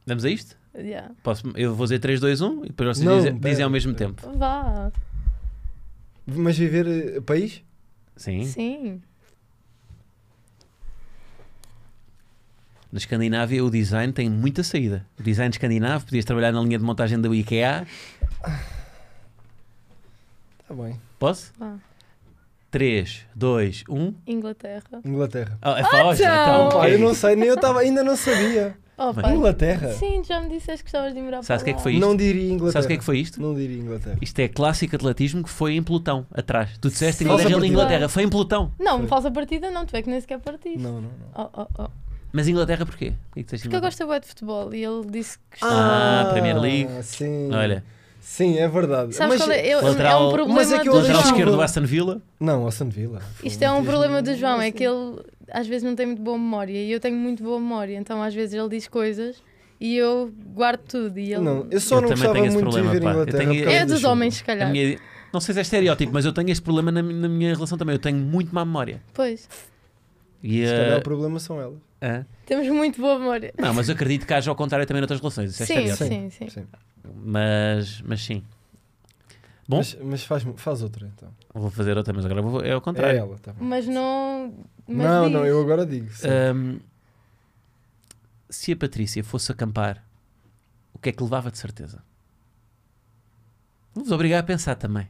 A: Damos a isto?
C: Yeah.
A: Posso- eu vou dizer 3, 2, 1 e depois vocês
B: Não, é.
A: dizem,
B: pera.
A: dizem ao mesmo tempo.
C: Vá,
B: Mas viver eh, país?
A: Sim.
C: sim.
A: Na Escandinávia, o design tem muita saída. O design escandinavo, podias trabalhar na linha de montagem da IKEA.
B: Está Tá bem.
A: Posso?
C: Vá.
A: 3, 2, 1.
C: Inglaterra.
B: Inglaterra.
A: Ah, é Foz,
C: tchau.
A: então.
B: Pá,
A: ok.
B: eu não sei, nem eu estava, ainda não sabia.
C: Oh,
A: Bem.
C: pá.
B: Inglaterra.
C: Sim, já me disseste que gostavas de morar
A: Sabes
C: para
A: o que é que
C: lá.
A: foi isto?
B: Não diria Inglaterra.
A: Sabes o que é que foi isto?
B: Não diria Inglaterra.
A: Isto é clássico atletismo que foi em Plutão, atrás. Tu disseste
B: Falsa
A: Inglaterra,
B: partida.
A: Inglaterra, foi em Plutão.
C: Não, falsa partida não, tu é que nem sequer partiste.
B: Não, não, não.
C: Oh, oh, oh.
A: Mas Inglaterra porquê? Porquê que disseste
C: Porque eu
A: Inglaterra?
C: gosto bué de futebol e ele disse que gostava.
A: Ah, Premier League.
B: Sim.
A: Olha,
B: Sim, é verdade.
C: Sabes
B: mas,
C: qual é? Eu- é
A: lateral-
C: um problema
B: mas é que eu
A: o
C: do
A: lateral
B: deixava-
A: esquerdo
C: João.
A: do Aston Villa.
B: Não, Aston Villa.
C: Isto é um
B: Fogo,
C: problema do
B: tens-
C: João, é que ele às vezes não tem muito boa memória e eu tenho muito boa memória, então às vezes ele diz coisas e eu guardo tudo e ele.
B: Não, eu só
A: Eu
B: não
A: também
B: gostava
A: tenho esse
B: muito
A: problema,
B: de viver
A: pá.
B: em
A: Eu
B: Inglaterra.
A: tenho-
B: por causa
C: É
B: da
C: dos
B: chuva.
C: homens, se calhar.
A: A minha- Não sei se é estereótipo, mas eu tenho este problema na, mi- na minha relação também. Eu tenho muito má memória.
C: Pois.
A: E,
B: Se calhar é
A: eh,
B: o problema são elas.
A: hã?
C: Temos muito boa memória.
A: Não, mas eu acredito que haja ao contrário também noutras relações. Isso é
C: Sim,
A: estereótipo.
C: sim, sim.
B: Sim.
A: Mas, mas sim, Bom.
B: Mas, mas faz, faz outra então.
A: vou fazer outra, mas agora vou- é ao
B: É
A: contrário.
B: ela, tá bem.
C: Mas não. Mas
B: não,
C: diz.
B: não, eu agora digo. sim.
A: Ahm, Hum, se a Patrícia fosse acampar, o que é que levava de certeza? Vou-vos obrigar a pensar também.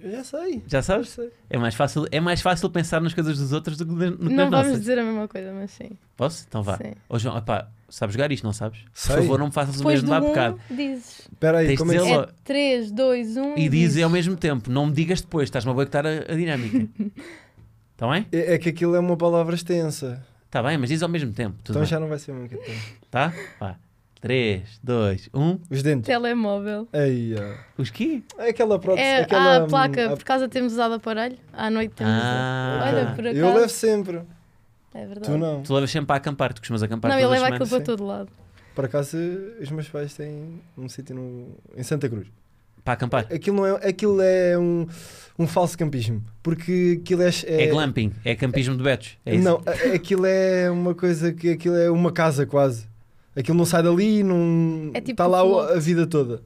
B: Eu já sei.
A: Já
B: Já
A: sabes?
B: sei.
A: É mais fácil, é mais fácil pensar nas coisas dos outros do que nas, do que
C: Não
A: nas
C: vamos
A: nossas.
C: dizer a mesma coisa, mas sim.
A: Posso? Então vá.
C: Sim.
A: Ô João, opá, sabes jogar isto, não sabes?
B: Sei.
A: Por favor, não me faças o
C: Depois
A: mesmo
C: do
A: há bocado.
C: um, dizes.
B: Espera aí,
A: Tens de
B: como é que
A: dizê-lo.
B: se-
A: Só-
C: É um, 3, 2, 1
A: E dizes ao mesmo tempo, não me digas depois, estás-me a boicotar a, a dinâmica. Está bem?
B: é, é que aquilo é uma palavra extensa.
A: Está bem, mas diz ao mesmo tempo. Tudo
B: então
A: bem.
B: já não vai ser muito tempo.
A: Tá? Vá. 3, 2, 1.
B: Os dentes.
C: Telemóvel.
B: Aí, ó.
A: Os quê?
B: É aquela prótese.
C: É
B: aquela,
C: ah, a placa,
B: hum, a-
C: por causa de termos usado aparelho, à noite temos.
A: Ah.
C: Olha, por acaso.
B: Eu levo sempre.
C: É verdade.
B: Tu não.
A: Tu levas sempre a acampar, tu costumas acampar
C: Não, eu
A: todas as
C: levo aquilo
A: semanas.
C: para
B: sim.
C: todo lado.
B: Por acaso, os meus pais têm um sítio no- em Santa Cruz.
A: Para acampar.
B: Aquilo, não é, aquilo é um, um falso campismo. Porque aquilo é.
A: É, glamping, é campismo de betos. É isso.
B: Não, a- a- aquilo é uma coisa que. Aquilo é uma casa quase. Aquilo não sai dali e não.
C: É tipo
B: está lá o-
C: float.
B: a vida toda.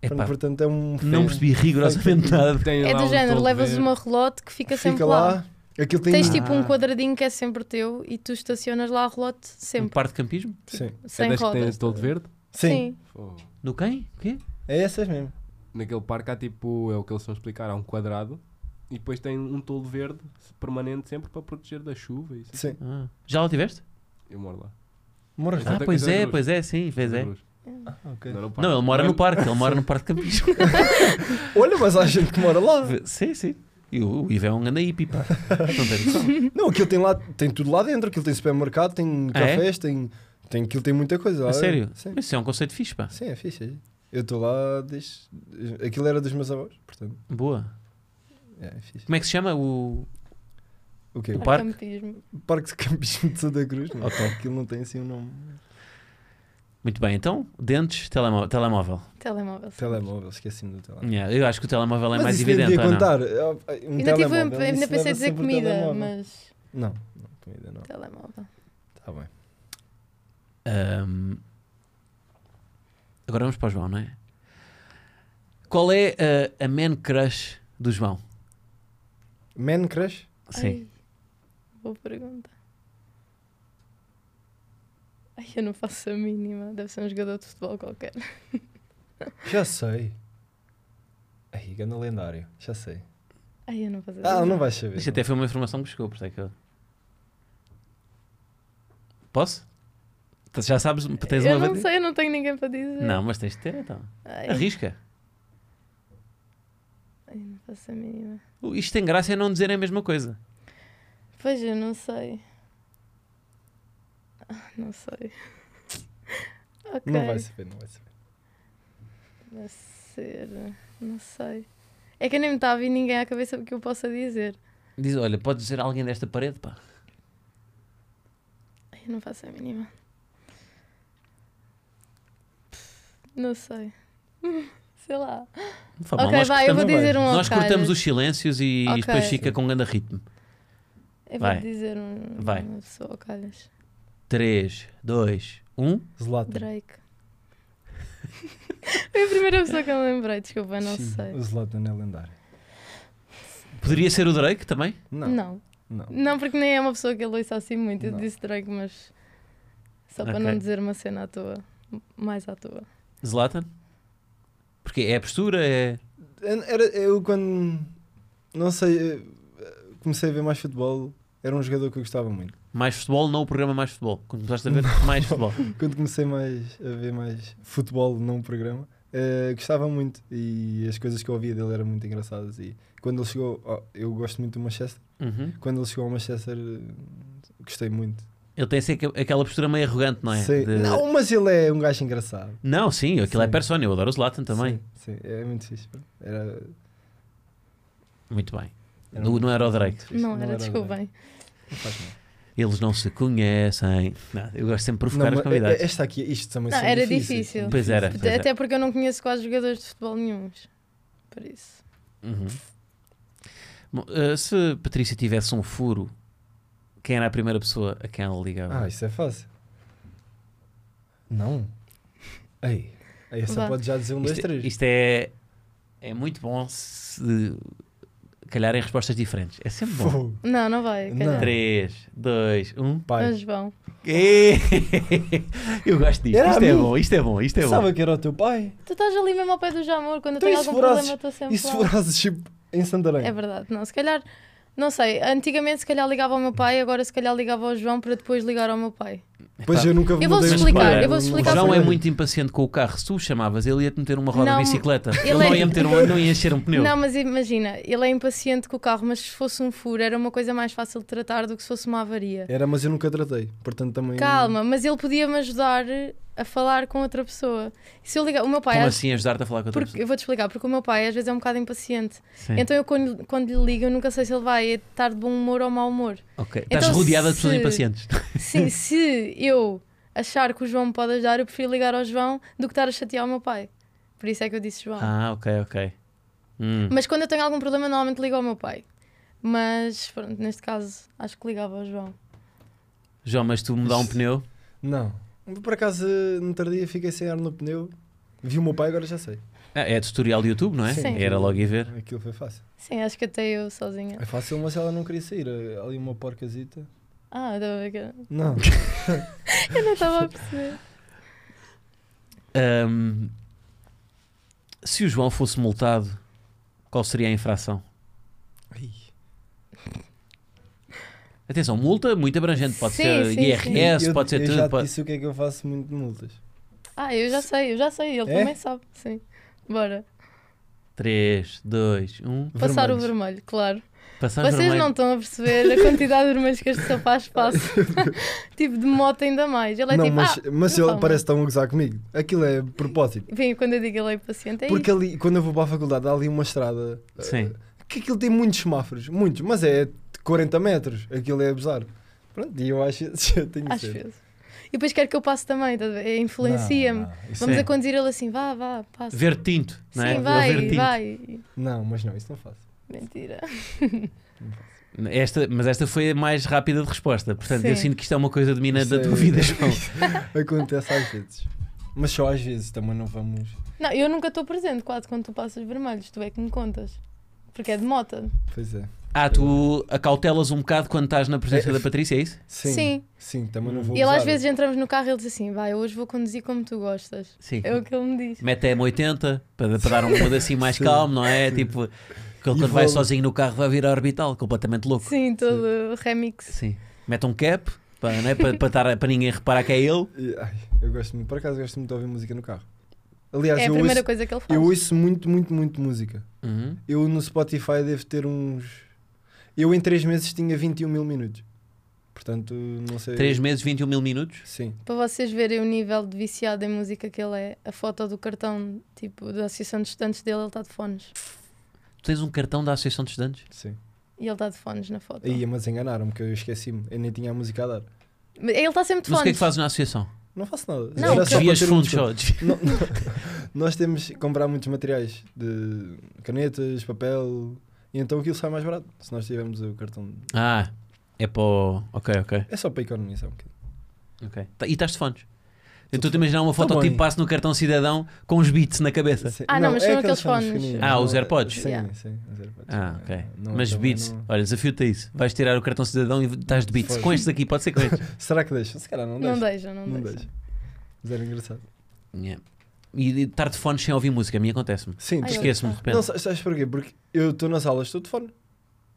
A: Epá,
B: Portanto, é um.
A: não
B: fe-
A: percebi rigorosamente nada.
D: Tem
C: É
D: lá
C: do
D: um
C: género,
D: todo
C: levas
D: verde.
C: uma relote que fica sempre
B: Fica
C: lá.
B: lá. Aquilo tem.
C: Tens
A: Ah.
C: tipo um quadradinho que é sempre teu e tu estacionas lá a relote
A: Um
C: sempre,
A: par de campismo?
B: Sim.
D: É
C: sem
D: das que tem
C: rodas.
D: todo verde?
B: Sim.
C: Sim.
D: Fogo.
A: Do quem? O quê?
B: É essas mesmo.
D: Naquele parque há tipo, é o que eles estão a explicar, há um quadrado e depois tem um toldo verde permanente sempre para proteger da chuva. e Isso.
B: Sim.
A: Ah, Já lá tiveste?
D: Eu moro lá.
B: Moras lá.
A: Ah,
D: Santa-
A: pois
D: Santa
A: é,
D: Cruz.
A: pois é, sim, pois é.
D: Cruz.
C: Ah,
B: Ok.
D: era o parque.
A: Não, ele mora
D: Não, é
A: no parque, ele mora no parque de campismo.
B: Olha, mas há gente que mora lá.
A: sim, sim. E o, o Ivo é um grande hippie, pá. Não tem noção.
B: Não, aquilo tem lá, tem tudo lá dentro, aquilo tem supermercado, tem
A: Ah, é?
B: cafés, tem, tem aquilo tem muita coisa.
A: A
B: Ah,
A: sério?
B: Sim,
A: Mas isso é um conceito fixe, pá.
B: sim é fixe. é. Eu estou lá desde. Aquilo era dos meus avós, portanto.
A: Boa.
B: É, é fixe.
A: Como é que se chama o.
B: O quê?
A: O parque?
C: Campismo.
B: Parque de Campismo de Santa Cruz, não é?
A: Ok.
B: Aquilo não tem assim um nome.
A: Muito bem, então, dentes, telemó- telemóvel.
C: Telemóvel.
B: Telemóvel, esqueci-me do telemóvel.
A: Yeah, eu acho que o telemóvel é
B: mas
A: mais
B: isso nem
A: evidente.
B: devia
A: ou não?
B: contar. Ah, ah, Um
C: ainda tive,
B: telemóvel,
C: ainda
B: isso
C: pensei
B: leva
C: em dizer
B: sempre o
C: comida,
B: telemóvel.
C: mas
B: Não, não, comida não.
C: telemóvel.
B: Está bem.
A: Ahm, Agora vamos para o João, não é? Qual é ah, a man crush do João?
B: Man Crush?
A: Sim.
C: Ai, boa pergunta. Ai, eu não faço a mínima. Deve ser um jogador de futebol qualquer.
B: Já sei. Aí, ganda lendário. Já sei.
C: Ai, eu não faço a
B: Ah,
C: mínima.
B: não vais saber.
A: Isto até foi uma informação que chegou, por isso é que eu. Posso? Tu Já sabes, tens
C: eu
A: uma
C: não
A: vez-
C: sei, É. eu não tenho ninguém para dizer.
A: Não, mas tens de ter então.
C: Ai,
A: Arrisca.
C: ai, não faço a mínima.
A: O- Isto tem graça é não dizer a mesma coisa.
C: Pois, eu não sei. Ah, Não sei. Ok.
B: Não vai saber, não vai saber.
C: Deve ser. Não sei. É que eu nem me está a vir ninguém à cabeça que eu possa dizer.
A: Diz, olha, podes dizer alguém desta parede, pá.
C: Ai, Eu não faço a mínima. Não sei. Sei lá.
A: Não faz
C: Ok,
A: mal, nós
C: vai, eu vou
A: curtamos-
C: dizer um ao
A: Nós
C: calhas.
A: cortamos os silêncios e
C: Ok.
A: depois fica com um grande ritmo.
C: Eu
A: Vai.
C: vou dizer um,
A: Vai.
C: uma pessoa, calhas.
A: 3, 2, 1.
B: Zlatan.
C: Drake. Foi a primeira pessoa que eu me lembrei, desculpa, não
B: Sim,
C: sei.
B: O Zlatan é lendário.
A: Poderia ser o Drake também?
B: Não.
C: Não. não.
B: não.
C: porque nem é uma pessoa que eu ouço assim muito. Eu
B: Não.
C: disse Drake, mas só para
A: Ok.
C: não dizer uma cena à toa. Mais à toa.
A: Zlatan? Porque é a postura, é.
B: Era, eu quando. Não sei. eh, Comecei a ver mais futebol. Era um jogador que eu gostava muito.
A: Mais futebol, não o programa Mais Futebol. Quando começaste a ver Mais Futebol.
B: Quando comecei mais a ver mais futebol, não um programa, eh, gostava muito. E as coisas que eu ouvia dele eram muito engraçadas. E quando ele chegou. ao- eu gosto muito do Manchester.
A: Uhum.
B: Quando ele chegou ao Manchester, eh, gostei muito.
A: Ele tem assim, aqu- aquela postura meio arrogante, não é?
B: Sei-
A: De-
B: Não, mas ele é um gajo engraçado.
A: Não, sim, aquilo é
B: Sim.
A: persona. Eu adoro o Zlatan também.
B: Sim, sim, é muito fixe. pá. Era,
A: Muito bem.
B: era
A: Não-
B: muito-
A: não era o Drake.
B: muito fixe.
C: Não, era,
B: o Drake.
C: desculpem.
B: Não faz mal.
A: Eles não se conhecem. Não, eu gosto sempre de provocar
B: Não,
A: os
B: mas
A: convidados.
B: é- é- Esta aqui, isto também
C: Não,
B: são
C: era
B: difíceis.
C: difícil.
A: Pois era. pois
C: Até,
A: era.
C: até porque eu não conheço quase jogadores de futebol nenhuns. Por isso.
B: é.
A: Uhum. Bom, eh, se Patrícia tivesse um furo, quem era a primeira pessoa a quem ela ligava?
B: Ah, isso é fácil. Não. Ei. Aí só
C: Vá.
B: pode já dizer um, dois,
A: isto,
B: três.
A: isto é, é muito bom se calharem respostas diferentes. É sempre bom.
B: Fogo.
C: Não, não vai.
B: Não.
C: calhar.
B: Três.
A: 3, 2, 1.
B: Pai.
C: Mas vão.
A: Ê, Eu gosto disto.
B: Era
A: Isto é
B: a mim.
A: bom, isto é bom, isto é bom.
B: Pensava que era o teu pai.
C: Tu estás ali mesmo ao pé do Jamor, quando
B: Então,
C: eu tenho
B: e se
C: algum
B: for às-
C: problema, eu estou sempre
B: E se
C: lá.
B: foras tipo, em Santarém?
C: É verdade, não. Se calhar, não sei, antigamente se calhar ligava ao meu pai, agora se calhar ligava ao João para depois ligar ao meu pai.
B: Pois eu nunca
C: vou-vos
B: mudei os
C: explicar,
B: planos.
C: eu vou-vos
B: Não
A: O
C: explicar
B: sei.
A: João é muito impaciente com o carro. Se tu o chamavas, ele ia-te meter uma roda
C: Não,
A: de bicicleta. Ele,
C: ele
A: não
C: é-
A: ia meter um, não ia encher um pneu.
C: Não, mas imagina, ele é impaciente com o carro, mas se fosse um furo era uma coisa mais fácil de tratar do que se fosse uma avaria.
B: Era, mas eu nunca tratei. Portanto,
A: Hum.
B: também.
C: Calma, mas ele podia-me ajudar a falar com outra pessoa. Se eu ligar, o meu pai.
A: Como
C: às-
A: assim ajudar-te a falar com a tua
C: é. porque,
A: pessoa?
C: eu vou-te explicar, porque o meu pai às vezes é um bocado impaciente.
A: Sim.
C: Então eu quando, quando lhe ligo, eu nunca sei se ele vai estar de bom humor ou mau humor.
A: Ok. Estás
C: então
A: rodeada de pessoas
C: se-
A: impacientes.
C: Sim, se eu achar que o João me pode ajudar, eu prefiro ligar ao João do que estar a chatear o meu pai. Por isso é que eu disse João.
A: Ah, ok, ok. Hum.
C: Mas quando eu tenho algum problema, normalmente ligo ao meu pai. Mas pronto, neste caso, acho que ligava ao João.
A: João, mas tu mudar um pneu?
B: Não. Por acaso, no tardia, fiquei sem ar no pneu. Vi o meu pai, agora já sei.
A: Ah, é tutorial do YouTube, não é?
C: Sim.
A: Era logo ir ver.
B: Aquilo foi fácil.
C: Sim, acho que até eu sozinha.
B: É fácil, mas ela não queria sair. eh, Ali uma porcazita.
C: Ah, eu tava a ver que-
B: Não.
C: eu não estava a perceber.
A: Ahm, se o João fosse multado, qual seria a infração? Atenção, multa muito abrangente. Pode
C: Sim,
A: ser
C: sim, sim.
A: IRS,
B: eu,
A: É, pode ser
B: eu
A: tudo.
B: já te
A: pode-
B: disse o que é que eu faço muito de multas.
C: Ah, eu já sei, eu já sei, ele
B: É?
C: também sabe. Sim. Bora.
A: 3, 2, 1.
C: Passar
B: Vermelhos.
C: o vermelho, claro.
A: Passar
C: Vocês
A: Tá vermelho.
C: não estão a perceber a quantidade de vermelhos que este rapaz passa. tipo, de moto ainda mais. Ele é
B: não,
C: tipo,
B: mas,
C: ah,
B: mas
C: não
B: ele
C: fala.
B: parece que estão a gozar comigo. Aquilo é propósito.
C: vem, quando eu digo ele é impaciente, é
B: Porque
C: isto.
B: ali, quando eu vou para a faculdade, há ali uma estrada. eh,
A: Sim.
B: Que aquilo tem muitos semáforos, muitos, mas é de 40 metros. Aquilo é abusar. Pronto, e eu acho eu tenho que
C: Às
B: ser.
C: vezes. E depois quero que eu passe também, tá a ver? influencia-me.
B: Não, não, isso- é-
C: Vamos
A: Sim.
C: a conduzir ele assim, vá, vá, passa.
A: Ver tinto, não é?
C: Sim,
A: Ele
C: vai,
A: ver tinto.
C: vai.
B: não, mas não, isso não faço.
C: Mentira.
A: Esta, mas esta foi a mais rápida de resposta. Portanto, eu
C: Sim.
A: sinto que isto é uma coisa de mina
B: Isso
A: da
B: é-
A: tua vida, João.
B: Acontece às vezes. Mas só às vezes também não vamos.
C: Não, eu nunca estou presente quase quando tu passas vermelhos, tu é que me contas. Porque é de moto.
B: Pois é.
A: Ah, tu acautelas um bocado quando estás na presença
B: É.
A: da Patrícia, é isso?
B: Sim.
C: Sim.
B: Sim, também não vou
C: E ele às
B: usar.
C: vezes entramos no carro e ele diz assim: vai, eu hoje vou conduzir como tu gostas.
A: Sim.
C: É o que ele me diz.
A: Mete a M80 para, para dar um mood assim mais
B: Sim.
A: calmo, não é? Tipo, que ele quando
B: E
A: vai
B: vou-
A: sozinho no carro vai vir a orbital, completamente louco.
C: Sim, todo remix.
A: Sim. Mete um cap para, não é? para, para, estar- para ninguém reparar que é ele.
B: E, ai, eu gosto muito, por acaso, eu gosto muito de ouvir música no carro. Aliás,
C: É a
B: eu,
C: primeira
B: ouço,
C: coisa que ele faz.
B: eu ouço muito, muito, muito música.
A: Uhum.
B: Eu no Spotify devo ter uns. Eu em 3 meses tinha 21 mil minutos. Portanto, não sei.
A: 3 meses, 21 mil minutos.
B: Sim.
C: Para vocês verem o nível de viciado em música que ele é, a foto do cartão tipo, da Associação de Estudantes dele, ele está de fones.
A: Tu tens um cartão da Associação de Estudantes?
B: Sim.
C: E ele está de fones na foto.
B: Aí, mas enganaram-me, que eu esqueci-me. Eu nem tinha a música a dar.
C: Mas Ele está sempre de
A: Mas o que é que
C: fones.
A: fazes na Associação?
B: Não faço nada.
C: Não,
B: Era
C: que-
B: só para
A: Desvias
B: ter um
A: fundos
B: desconto.
A: só. desvi-
B: Não- não- Nós temos que comprar muitos materiais de canetas, papel, e então aquilo sai mais barato se nós tivermos o cartão.
A: Ah, é para o... Ok, ok.
B: É só para economizar um bocadinho.
A: ok. Tá- E estás de fones? Então tu imaginar uma foto
B: Tá bem.
A: tipo passo no cartão cidadão com os beats na cabeça.
B: Sim. é
C: Ah, não, mas são aqueles fones.
B: pequeninos,
A: Ah,
B: não-
A: os AirPods?
B: Sim,
C: Yeah.
B: sim, os AirPods.
A: Ah, ok.
B: Não é
A: Mas
B: também,
A: beats,
B: não-
A: olha, desafio-te a isso. Vais tirar o cartão cidadão e estás de beats.
B: Pois.
A: Com estes aqui, pode ser com estes.
B: Será que deixa? Se calhar não deixa.
C: Não deixa, não,
B: Não
C: deixa.
B: deixa. Mas era engraçado.
A: Yeah. E de estar de fones sem ouvir música, a mim acontece-me.
B: Sim,
C: Ai,
B: tu-
C: eu-
A: Esqueço-me de repente.
B: não, sa- sabes porquê? Porque eu estou nas aulas, estou de fone.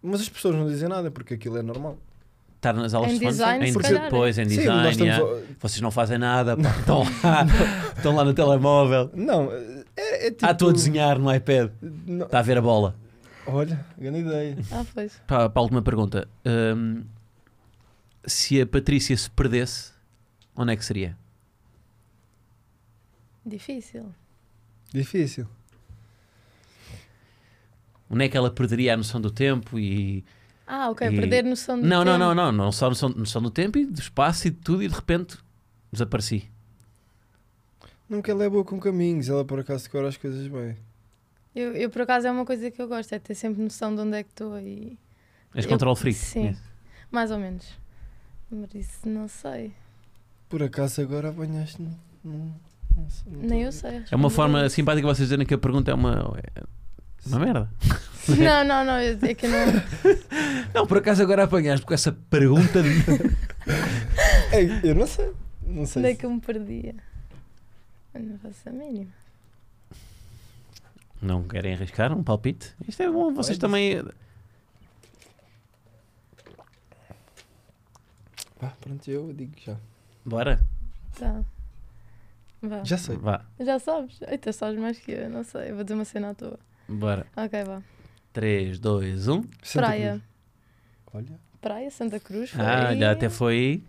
B: Mas as pessoas não dizem nada porque aquilo é normal.
A: Estar nas aulas
C: Em
A: de fones.
C: design, né?
A: em
B: se calhar,
A: depois, em
B: Sim,
A: design. é.
B: nós estamos
A: yeah.
B: ao-
A: Vocês não fazem nada, pá. Estão, lá, estão lá no telemóvel.
B: Não, é, é tipo.
A: Ah, estou a desenhar no iPad.
B: Não-
A: Está a ver a bola.
B: Olha, grande ideia.
C: Ah, pois.
A: Para, para a última pergunta. Hum, se a Patrícia se perdesse, onde é que seria?
C: Difícil.
B: Difícil.
A: Onde é que ela perderia a noção do tempo e...
C: Ah, ok.
A: E-
C: Perder noção de
A: Não, não, não, não. Não só noção, noção do tempo e do espaço e de tudo e de repente desapareci.
B: Nunca ela é boa com caminhos, ela por acaso decora as coisas bem.
C: Eu, eu, por acaso, é uma coisa que eu gosto, é ter sempre noção de onde é que estou e...
A: És
C: Eu-
A: control freak.
C: Sim.
A: Yes.
C: Mais ou menos. Mas isso não sei.
B: Por acaso agora apanhaste-me. Não, não sei, não
C: Nem eu
B: estou
C: sei.
A: É uma
C: responder
A: forma
C: isso.
A: simpática vocês dizerem que a pergunta é uma, é uma merda.
C: Não, não, não. eu- É que eu não...
A: Não, por acaso agora apanhaste com essa pergunta de...
B: Ei, eu não sei. Não sei.
C: Onde é
B: se-
C: que eu me perdia? Eu Não faço a mínima.
A: Não querem arriscar um palpite? Isto é bom, vocês
B: Pode.
A: também.
B: Vá, pronto, eu digo já.
A: Bora,
C: Tá. Vá. Já,
B: Já sei.
A: vá,
C: sabes? Eita, sabes mais que eu, eu não sei. Eu vou dizer uma cena à toa.
A: bora. um.
C: Ok, vá.
A: 3, 2, 1.
B: Santa
C: Praia.
B: Cruz. Olha,
C: Praia, Santa Cruz. Foi.
A: Ah, já até foi.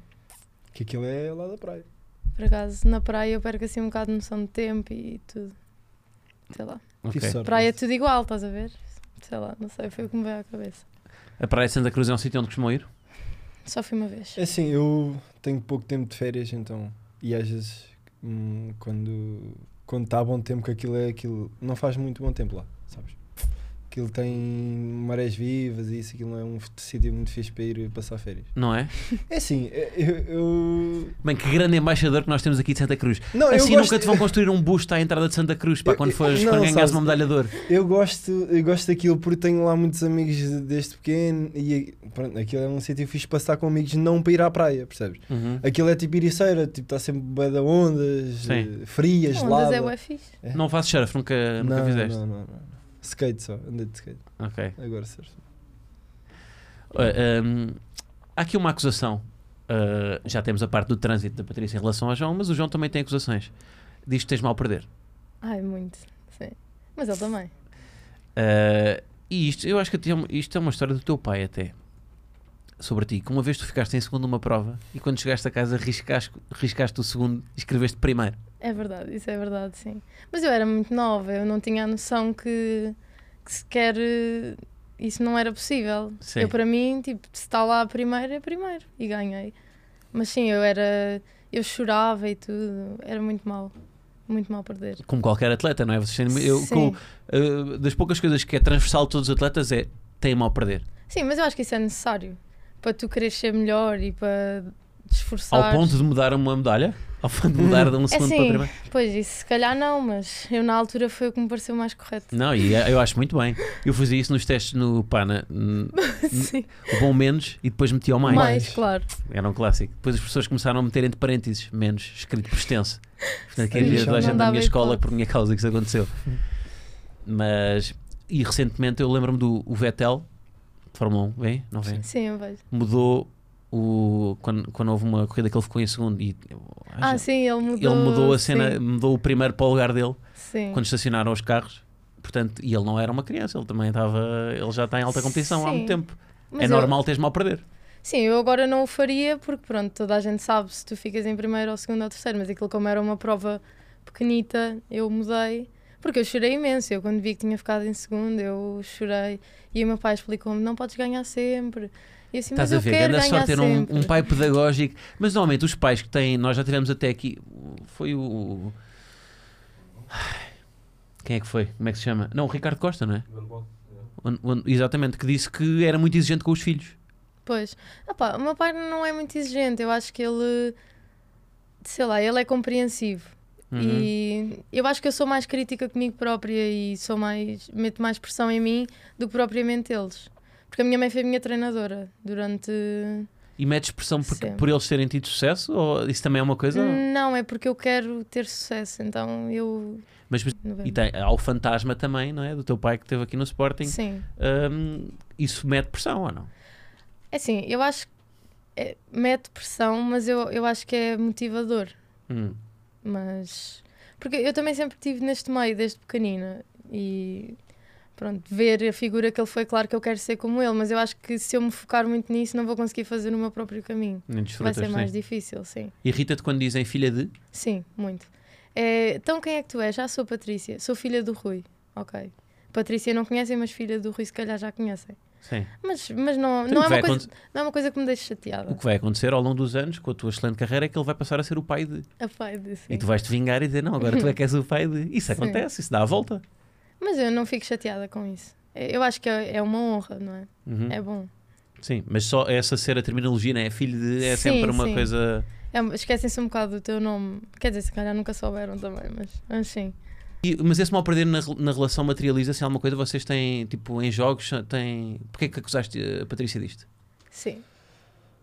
B: que aquilo é lá da praia.
C: Por acaso, na praia eu perco assim um bocado de noção de tempo e tudo. Sei lá.
A: Ok.
B: Tive sorte.
C: Praia é tudo igual, estás a ver? Sei lá, não sei, foi o que me veio à cabeça.
A: A Praia de Santa Cruz é um sítio onde costumam ir?
C: Só fui uma vez.
B: É assim, eu tenho pouco tempo de férias, então. E às vezes, hum, quando quando está bom tempo, que aquilo é aquilo. Não faz muito bom tempo lá, sabes? Aquilo tem marés vivas e isso, aquilo não é um sítio muito fixe para ir passar férias.
A: Não é?
B: É assim, é- eu. eu-
A: Bem, que grande embaixador que nós temos aqui de Santa Cruz.
B: Não, eu
A: assim
B: gosto-
A: nunca te vão construir um busto à entrada de Santa Cruz, pá,
B: Eu-
A: quando
B: eu-
A: fores,
B: não,
A: quando ganhares
B: sabes-
A: uma medalha de ouro.
B: Eu gosto, eu gosto daquilo porque tenho lá muitos amigos de- desde pequeno e pronto, aquilo é um sítio fixe para estar com amigos, não para ir à praia, percebes?
A: Uhum.
B: Aquilo é tipo iriceira, tipo, está sempre bué de ondas,
A: Sim.
B: eh, frias,
C: Não,
B: lava.
C: Ondas é bué fixe.
B: É.
A: Não fazes surf, nunca, nunca
B: não,
A: fizeste.
B: Não, não, não, não. Skate só, andei de skate.
A: Ok.
B: Agora surf.
A: Uh, um, há aqui uma acusação. Uh, já temos a parte do trânsito da Patrícia em relação ao João, mas o João também tem acusações. Diz que tens mal a perder.
C: Ai, muito. Sim. Mas ele também.
A: Uh, e isto, eu acho que tinha- isto é uma história do teu pai até. Sobre ti, que uma vez tu ficaste em segundo numa prova e quando chegaste a casa riscaste, riscaste o segundo e escreveste primeiro.
C: É verdade, isso é verdade, sim. Mas eu era muito nova, eu não tinha a noção que, que sequer eh, isso não era possível.
A: Sim.
C: Eu, para mim, tipo, se está lá primeiro, é primeiro. E ganhei. Mas sim, eu era. Eu chorava e tudo. Era muito mal. Muito mal perder.
A: Como qualquer atleta, não é? Vocês têm, eu,
C: sim.
A: com- uh, das poucas coisas que é transversal de todos os atletas é têm mal a perder.
C: sim, mas eu acho que isso é necessário para tu querer ser melhor e para te
A: Ao
C: esforçar.
A: ponto de mudar uma medalha? Ao ponto de mudar de um segundo para
C: assim,
A: primeiro?
C: Pois, isso se calhar não, mas eu na altura foi o que me pareceu mais correto.
A: Não, e é, eu acho muito bem. Eu fazia isso nos testes no Pana, n-
C: Sim,
A: o bom menos e depois metia o Hum, mais.
C: mais,
B: Mais.
C: claro.
A: Era um clássico. Depois as pessoas começaram a meter entre parênteses menos, escrito por extenso. Portanto, que
B: Sim,
A: havia
B: já
A: toda a
B: não
A: gente na
C: dava
A: minha escola
C: hipótese.
A: por minha causa que isso aconteceu. Mas, e recentemente eu lembro-me do o Vettel, de Fórmula 1, vem? Não vem?
C: Sim, eu vejo.
A: Mudou o. Quando, quando houve uma corrida que ele ficou em segundo e.
C: Ah, sim, ele mudou.
A: ele mudou a cena,
C: Sim.
A: mudou o primeiro para o lugar dele.
C: sim.
A: quando estacionaram os carros. Portanto, e ele não era uma criança, ele também estava, ele já está em alta competição há muito
C: Sim.
A: tempo.
C: Mas
A: é
C: eu-
A: normal teres mal a perder.
C: Sim, eu agora não o faria porque, pronto, toda a gente sabe se tu ficas em primeiro ou segundo ou terceiro, mas aquilo como era uma prova pequenita, eu mudei. Porque eu chorei imenso. Eu, quando vi que tinha ficado em segundo, eu chorei. E o meu pai explicou-me: não podes ganhar sempre. E eu assim,
A: Estás
C: mas
A: a
C: eu
A: ver,
C: quero
A: grande
C: ganhar
A: sorte ter um,
C: sempre.
A: um pai pedagógico. Mas normalmente os pais que têm, nós já tivemos até aqui, o- foi o. Ai, Quem é que foi? Como é que se chama? Não, o Ricardo Costa, não é?
D: um
A: O- o- exatamente, que disse que era muito exigente com os filhos.
C: Pois. Ah pá, o meu pai não é muito exigente. Eu acho que ele. Sei lá, ele é compreensivo.
A: Uhum.
C: E eu acho que eu sou mais crítica comigo própria e sou mais, meto mais pressão em mim do que propriamente eles. Porque a minha mãe foi a minha treinadora durante.
A: E metes pressão porque,
C: Sim.
A: por eles terem tido sucesso? Ou isso também é uma coisa?
C: Não, é porque eu quero ter sucesso, então eu.
A: Mas, mas-
C: Não vai-
A: e tem, há o fantasma também, não é? Do teu pai que esteve aqui no Sporting.
C: Sim.
A: Hum, isso mete pressão ou não?
C: É assim, eu acho que é, mete pressão, mas eu, eu acho que é motivador.
A: Hum.
C: mas porque eu também sempre tive neste meio desde pequenina e pronto, ver a figura que ele foi, claro que eu quero ser como ele, mas eu acho que se eu me focar muito nisso não vou conseguir fazer o meu próprio caminho.
A: Nem
C: Vai
A: desfrutas,
C: ser mais
A: sim.
C: difícil, sim.
A: Irrita-te quando dizem filha de.
C: Sim, muito. É, então quem é que tu és? Já sou Patrícia, sou filha do Rui. OK. Patrícia não conhecem, mas filha do Rui se calhar já conhecem.
A: Sim.
C: Mas, mas não,
A: Sim,
C: não, é
A: vai
C: uma coisa, não é uma coisa que me deixe chateada.
A: O que vai acontecer ao longo dos anos com a tua excelente carreira é que ele vai passar a ser o pai de.
C: A pai assim. de- sim.
A: E tu vais te vingar e dizer: Não, agora tu é que és o pai de. Isso
C: Sim.
A: acontece, isso dá a volta.
C: Mas eu não fico chateada com isso. Eu acho que é é uma honra, não é?
A: Uhum.
C: É bom.
A: Sim, mas só essa ser a terminologia, né? Filho de é
C: Sim,
A: sempre uma
C: sim.
A: coisa.
C: É, Esquecem-se um bocado do teu nome. Quer dizer, se calhar nunca souberam também, mas, mas sim.
A: E- mas esse mal perder na, na relação materializa-se em alguma coisa? Vocês eh, têm, tipo, em jogos, têm. Porquê é que acusaste a Patrícia disto?
C: Sim.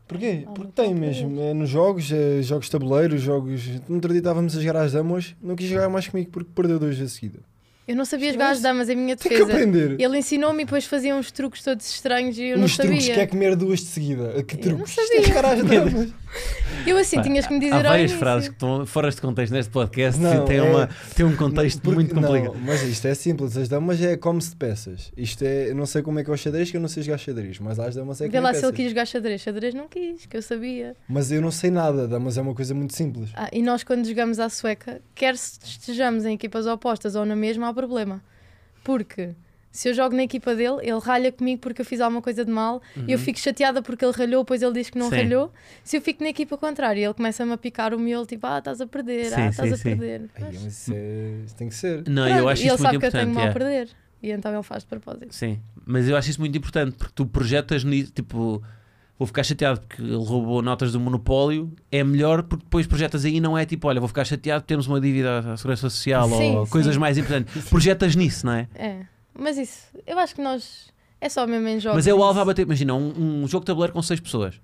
B: Porquê?
C: Ah,
B: Porque
C: não
B: tem
C: sei
B: mesmo.
C: porquê.
B: É nos jogos, é, jogos de tabuleiro, jogos. No outro dia estávamos a jogar às damas, não quis jogar mais comigo porque perdeu duas vezes seguida.
C: Eu não sabia jogar as damas em minha
B: Tem que
C: defesa.
B: aprender.
C: Ele ensinou-me e depois fazia uns truques todos estranhos e eu não
B: Uns
C: sabia.
B: truques que é comer duas de seguida. Que
C: Eu não
B: truques? Isto é
C: sabia.
B: jogar às damas.
C: Eu assim,
A: Pá,
C: tinhas que me dizer
A: Há
C: ao
A: várias
C: início.
A: frases que estão fora de contexto neste podcast
B: Não,
A: e tem,
B: é-
A: uma, tem um contexto
B: Porque-
A: muito complicado.
B: Não, mas isto é simples. As damas é como se de peças. Isto é. Eu não sei como é que é o xadrez, que eu não sei jogar xadrez. Mas às damas é que
C: Vê lá se ele
B: peças.
C: quis jogar xadrez. Xadrez não quis, que eu sabia.
B: Mas eu não sei nada. Damas é uma coisa muito simples.
C: Ah, e nós, quando jogamos à sueca, quer se estejamos em equipas opostas ou na mesma, há problema. Porque se eu jogo na equipa dele, ele ralha comigo porque eu fiz alguma coisa de mal e eu fico chateada porque ele ralhou, depois ele diz que não
A: Uhum. Sim.
C: ralhou. Se eu fico na equipa contrária, ele começa-me a picar o miolo, tipo, ah, estás a perder,
A: Sim,
C: ah, estás
A: sim,
C: a
A: sim.
C: perder.
B: Ai, mas isso, é- isso tem que ser.
A: Não, eu
C: Pronto,
A: acho
C: e ele
A: isso muito
C: sabe que eu tenho
A: importante.
C: mal a
A: é.
C: perder. E então ele faz de propósito.
A: Sim, mas eu acho isso muito importante porque tu projetas nisso, tipo, vou ficar chateado porque ele roubou notas do monopólio, é melhor porque depois projetas aí e não é tipo, olha, vou ficar chateado, temos uma dívida à segurança social
C: Sim,
A: ou
C: sim.
A: coisas mais importantes. Projetas nisso, não é?
C: É. Mas isso, eu acho que nós. É só mesmo em jogos.
A: Mas é o
C: isso.
A: alvo a bater, imagina, um, um jogo de tabuleiro com seis pessoas.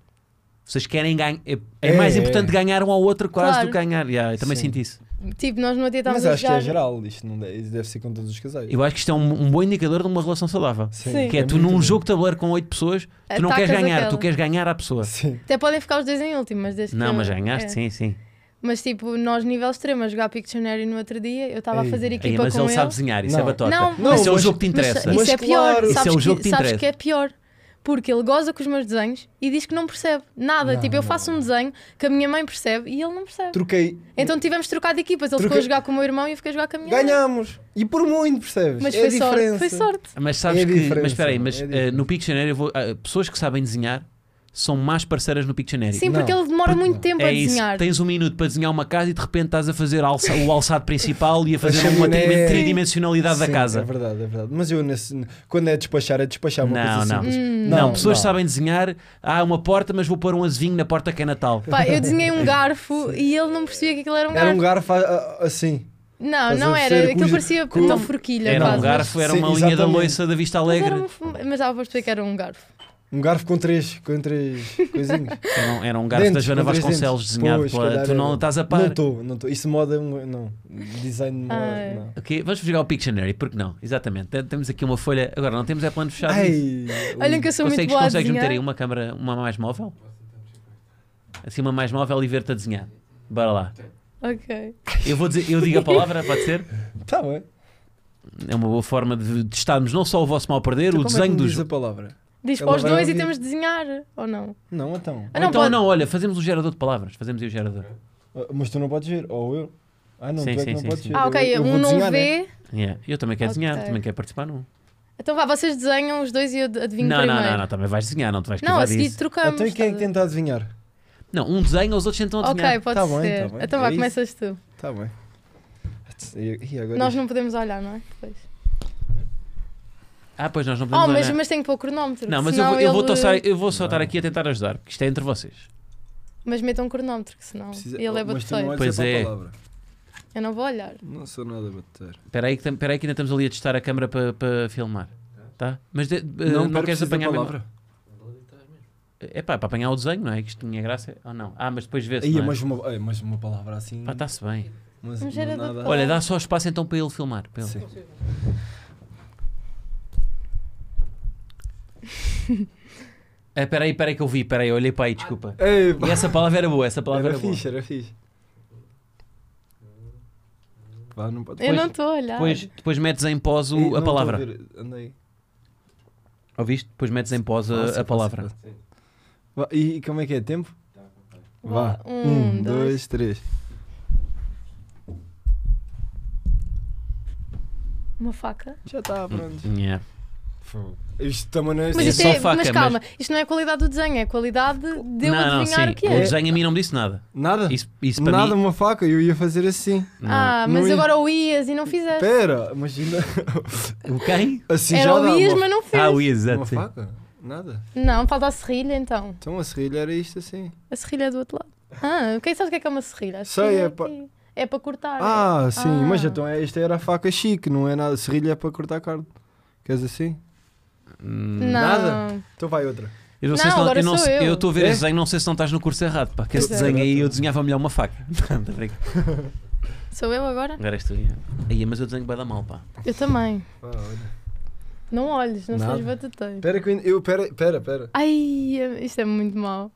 A: Vocês querem ganhar. É, é
B: É,
A: mais
B: é.
A: importante ganhar um ao outro quase
C: Claro.
A: do que ganhar. Yeah, eu também
B: Sim.
A: sinto isso.
C: Tipo, nós no outro dia estávamos
B: Mas
C: a
B: acho que
C: jogar.
B: é geral. Isto não deve, isso deve ser com todos os casais.
A: Eu acho que isto é um, um bom indicador de uma relação saudável.
C: Sim.
A: Que é, tu
B: muito
A: num
B: bom.
A: jogo de tabuleiro com oito pessoas, tu não
C: Atacas
A: queres ganhar,
C: aquela.
A: tu queres ganhar à pessoa.
B: Sim.
C: Até podem ficar os dois em último, mas desde
A: Não,
C: que.
A: mas ganhaste,
C: é.
A: sim, sim.
C: Mas tipo, nós, nível extremo, a jogar Pictionary no outro dia, eu estava a
B: Ei.
C: fazer
B: Ei,
A: Aí,
C: equipa
A: mas
C: é com
A: ele,
C: ele.
A: sabe desenhar, isso
B: Não.
A: é batota.
C: Não,
A: Esse
B: mas-
A: é o jogo que te
C: Mas
A: interessa.
C: Isso
B: Mas
C: é pior,
B: claro.
A: Isso é
C: sabes,
A: o jogo
C: que,
A: que te
C: sabes
A: interessa.
C: que é pior. Porque ele goza com os meus desenhos e diz que não percebe nada.
B: Não,
C: tipo, eu
B: não,
C: faço um desenho que a minha mãe percebe e ele não percebe.
B: Troquei.
C: Então tivemos de trocar de equipas. Ele ficou
B: Troquei-
C: a jogar com o meu irmão e eu fiquei a jogar com a minha mãe.
B: Ganhámos! E por muito, percebes?
C: Mas
B: é
C: foi
B: a
C: sorte.
B: diferença.
C: Foi sorte.
A: Mas sabes
B: É a
A: que.
B: diferença,
A: Mas espera aí, mas
B: é a
A: eh,
B: diferença.
A: no Pictionary, eu vou, ah, pessoas que sabem desenhar são mais parceiras no Pictionary.
C: Sim, porque
B: Não.
C: ele demora
B: Porque-
C: muito tempo
A: é
C: a
A: isso.
C: desenhar.
A: Tens um minuto para desenhar uma casa e de repente estás a fazer alça- o alçado principal e a fazer uma
B: chaminé.
A: tri- tridimensionalidade da
B: é Sim, É
A: casa.
B: verdade, é verdade. Mas eu, nesse, quando é despachar, é despachar uma
A: Não,
B: coisa
A: não.
B: simples.
C: Hum.
A: Não, pessoas sabem desenhar. Há uma porta, mas vou pôr um azinho na porta que é Natal.
C: Pá, eu desenhei um garfo e ele não percebia que aquilo era um
B: Era um
C: garfo.
B: garfo a- a- assim.
C: Não,
B: Estás
C: não
B: a
C: era.
B: ver
C: Aquilo
B: cujo-
C: parecia
B: cu-
C: uma forquilha
A: Era
C: quase.
A: um garfo, era
B: Sim,
A: uma linha da
B: exatamente.
A: loiça da Vista
C: Mas, mas, era
A: Alegre.
C: um, mas dava para perceber que era um garfo.
B: Um garfo com três, com três coisinhas.
A: Era um, era um garfo da
B: Dentes,
A: Joana
B: com três
A: Vasconcelos
B: dentes.
A: desenhado
B: Pois,
A: pela.
B: calhar
A: Tu não
B: era.
A: estás a
B: Não
A: par.
B: estou, não estou. Isso moda, é um- não. Design de moda,
C: Ai.
B: não.
A: Ok, vamos jogar o Pictionary, porque não? Exatamente. Tem- Temos aqui uma folha. Agora, não temos é plano fechado. nisso.
B: Ai, um-
C: Olhem que eu sou muito
A: consegues
C: boa a
A: consegues meter aí
C: desenhar.
A: uma câmara, uma mais móvel? Assim, uma mais móvel e ver-te a desenhar. Bora lá. um-
C: Ok.
A: Eu vou dizer, eu digo a palavra, pode ser?
B: Tá bem.
A: É uma boa forma de testarmos não só o vosso mal perder,
B: Então,
A: o
B: como é que
A: desenho
B: me
A: do
B: diz a
A: jogo.
B: palavra.
C: Diz
B: Ela
C: para os
B: vai
C: dois e
B: ouvir.
C: temos de desenhar, ou não?
B: Não, então.
C: Ah,
A: Ou
C: não,
A: então,
C: pode-
A: não, olha, fazemos o gerador de palavras. Fazemos aí o gerador.
B: Ah, Mas tu não podes ver, ou eu. Ah, não,
A: Sim,
B: tu é
A: sim,
B: que não
A: sim,
B: podes
A: sim.
B: ver.
C: Ah,
B: Eu-
C: ok.
B: eu vou
C: um não
B: desenhar, né?
C: vê.
A: Yeah. Eu também quero desenhar,
C: Ok.
A: também quero participar num.
C: Então vá, vocês desenham os dois e eu adivinho
A: Não, não,
C: primeiro.
A: não, não, também vais desenhar, não te vais
C: Não,
A: não,
C: a seguir
A: disso.
C: trocamos.
B: Então e quem é que
C: estás
B: tenta adivinhar?
A: Não, um desenha, os outros tentam
C: a-
A: adivinhar.
C: Ok, pode
B: Tá bem,
C: ser.
B: tá bem.
C: então
B: É
C: vá,
B: isso.
C: começas tu.
B: Tá bem. E, e agora
C: Nós não podemos olhar, não é? Pois.
A: Ah, pois nós não
C: Oh,
A: podemos
C: mas,
A: olhar.
C: mas tenho que pôr o cronómetro.
A: Não, mas eu
C: senão
A: vou, eu, vou
C: ele-
A: tossar- eu vou só estar aqui a tentar ajudar, porque isto é entre vocês.
C: Mas metam um cronómetro, que senão
B: Precisa- Oh,
C: ele é
B: Mas tu não
C: bateiro.
B: olhas
A: Pois
B: para a
A: é.
B: palavra.
C: Eu não vou olhar.
B: Não sou nada bater.
A: Espera aí, que, tam- espera aí que ainda estamos ali a testar a câmara para filmar. Tá? Mas de- eh, não, queres apanhar mesmo- É pá, para apanhar o desenho, não é? Que isto tinha graça. Ou não? Ah, mas depois vê-se.
B: Aí,
A: não é?
B: mas uma, ai, mas uma palavra assim.
A: Pá, tá. está-se bem.
B: mas
C: Um
B: não
C: gerador de
B: nada-
C: palavras.
A: Olha, dá só espaço então para ele filmar. Para ele.
B: Sim.
A: Ah, Espera aí, espera aí que eu vi. Espera aí, olhei para aí, desculpa.
B: Ei, pá,
A: E essa palavra era boa, essa palavra
B: era
A: era boa.
B: fixe, era fixe. Pá, não pode.
C: eu
A: Depois-
C: não estou a olhar.
A: Depois, depois metes em pós o-
B: Ih, não
A: a
B: estou
A: palavra.
B: ver, Andei.
A: Ouviste? Depois metes em pós
B: Passa,
A: a, a
B: passa,
A: palavra.
B: passa. Vá, E como é que é? Tempo?
C: Vá.
B: Vá.
C: Um,
B: Um,
C: dois,
B: dois, três.
C: Uma faca.
B: Já
A: Hum.
B: está, pronto.
A: Yeah.
B: Isto também não é.
C: Mas,
A: é
C: isto
A: só
C: é,
A: faca,
C: mas
A: mas-
C: calma, isto não é a qualidade do desenho, é a qualidade de eu
A: não, não,
C: adivinhar
A: sim.
C: o que
A: O
C: é.
A: desenho a mim não me disse nada.
B: Nada?
A: Isso, isso para
B: Nada,
A: mim.
B: uma faca, eu ia fazer assim.
A: não.
C: Ah, mas
B: Não ia.
C: agora o ias e não
A: É.
C: fizeste.
B: Pera, imagina.
A: O quem?
B: Assim
C: Era
B: já dá
C: o ias,
B: uma,
C: mas não fez.
A: Ah, o Ias,
B: uma
A: exato. sim.
B: faca? Nada.
C: Não, falta a serrilha então.
B: Então a serrilha era isto assim.
C: A serrilha é do outro lado. Ah, quem sabe o que é que é uma serrilha? A
B: Sei,
C: serrilha
B: é pa-
C: aqui. É para cortar.
B: Ah, sim,
C: Ah.
B: mas então é, esta era a faca chique, não é nada. Serrilha é para cortar carne. Queres assim?
A: Hum,
C: não.
B: nada. Então vai outra.
A: Eu não,
C: Não,
A: sei se não,
C: agora
A: eu não
C: sou
A: sei-
C: eu.
A: eu estou a ver
B: É?
A: o desenho, não sei se não estás no curso errado, pá, que esse
C: Pois é.
A: desenho aí eu desenhava melhor uma faca. Tá Não, tô a brincar.
C: Sou eu agora?
A: Agora és tu. yeah. Aí, mas eu desenho bem da mal, pá.
C: Eu também.
B: Ah, olha.
C: Não olhes, não
B: Nada.
C: sejas batuteiro.
B: Pera, que eu ainda- eu. Pera, pera, pera.
C: Ai, isto é muito mau.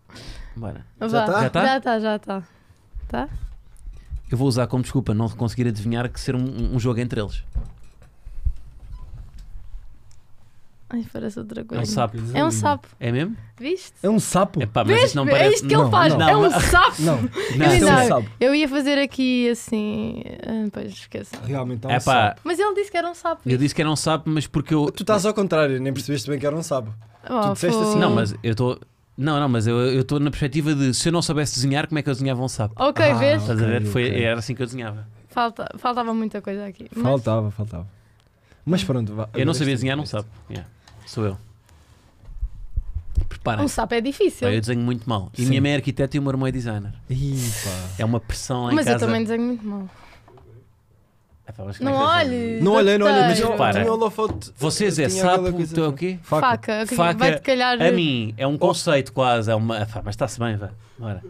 A: Bora.
B: Já
C: Vá.
B: tá?
A: Já tá?
C: Já está, já Tá? está.
A: Eu vou usar como desculpa não conseguir adivinhar que ser um, um jogo entre eles.
C: Ai, parece outra
A: É
C: coisa.
A: um sapo.
C: É um sapo,
A: É mesmo?
C: viste?
B: É um sapo?
A: É pá, mas
C: Vês?
A: isto não
C: é
A: parece.
C: isto que ele
B: não,
C: faz,
A: não.
C: é um
A: Não,
C: sapo.
B: Não,
A: Não.
B: isto é um
C: Não.
B: sapo.
C: Eu ia fazer aqui assim. ah, Pois esqueci.
B: Realmente é um
A: É pá,
B: sapo.
C: Mas ele disse que era um sapo.
A: eu disse que era um sapo, mas porque eu.
B: Tu estás ao contrário, nem percebeste bem que era um sapo.
C: Oh,
B: tu disseste
C: fogo.
B: assim,
A: Não, mas eu estou. Não, não, mas eu eu estou na perspectiva de se eu não soubesse desenhar, como é que eu desenhava um sapo?
C: Ok,
B: Ah,
C: vês?
A: Estás a ver?
B: ok,
A: Foi,
B: ok.
A: Era assim que eu desenhava.
C: Falta, faltava muita coisa aqui. Mas
B: Faltava, faltava. Mas pronto, vá.
A: Eu não
B: Agora
A: sabia
B: este-
A: desenhar um
B: este.
A: sapo. Yeah. Sou eu.
C: um
A: Preparem-se.
C: sapo é difícil.
A: Pá, eu desenho muito mal. E
B: Sim.
A: minha mãe é arquiteta e o meu irmão é designer.
B: Ih, pá.
A: É uma pressão lá em
C: Mas eu
A: casa.
C: também desenho muito mal.
A: Ah, pá, mas como é
C: Não
A: que eu desenho?
C: olhes.
B: Não olhei, não olhei, mas eu
A: Repara.
B: tinha o holofote.
A: Vocês é
B: eu tinha aquela
A: sapo,
B: coisa- assim. Oh.
A: tu é o quê?
C: Faca. ok,
A: Faca.
C: Vai-te calhar.
A: A mim, é um conceito quase. É uma... ah, pá, mas está-se bem, vá. Bora.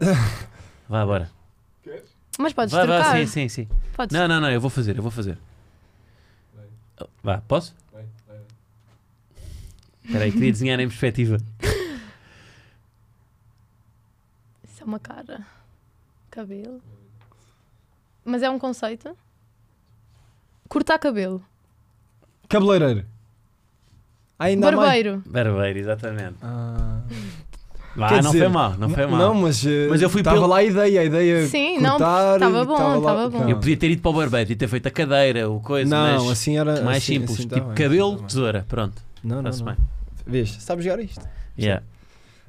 A: Vá, bora.
C: Mas podes
A: Vá, vá,
C: trocar.
A: sim, sim, sim.
C: Podes.
A: Não, não, não, eu vou fazer, eu vou fazer. Vá, posso? Espera aí, queria desenhar em perspectiva.
C: Isso é uma cara. Cabelo. Mas é um conceito? Cortar cabelo.
B: Cabeleireiro. Ah, Ainda há mais.
C: Barbeiro.
A: Barbeiro, exatamente.
B: Ah.
A: Vá,
B: Quer
A: não
B: dizer,
A: foi mal, não foi mal.
B: Não, mas, eh,
A: Mas eu fui
B: Estava
A: pelo-
B: lá a ideia, a ideia.
C: Sim, não,
B: cortar,
C: tava bom,
B: tava lá-
C: tava bom.
A: Eu podia ter ido para o barbeiro, podia ter feito a cadeira, o coisa,
B: Ah. Não,
A: mas
B: assim era.
A: mais
B: assim-
A: simples.
B: assim tá
A: tipo,
B: bem,
A: cabelo,
B: tá bem.
A: tesoura, pronto.
B: Não, não,
A: Está-se
B: não.
A: bem.
B: Vês, sabes jogar isto?
A: Yeah.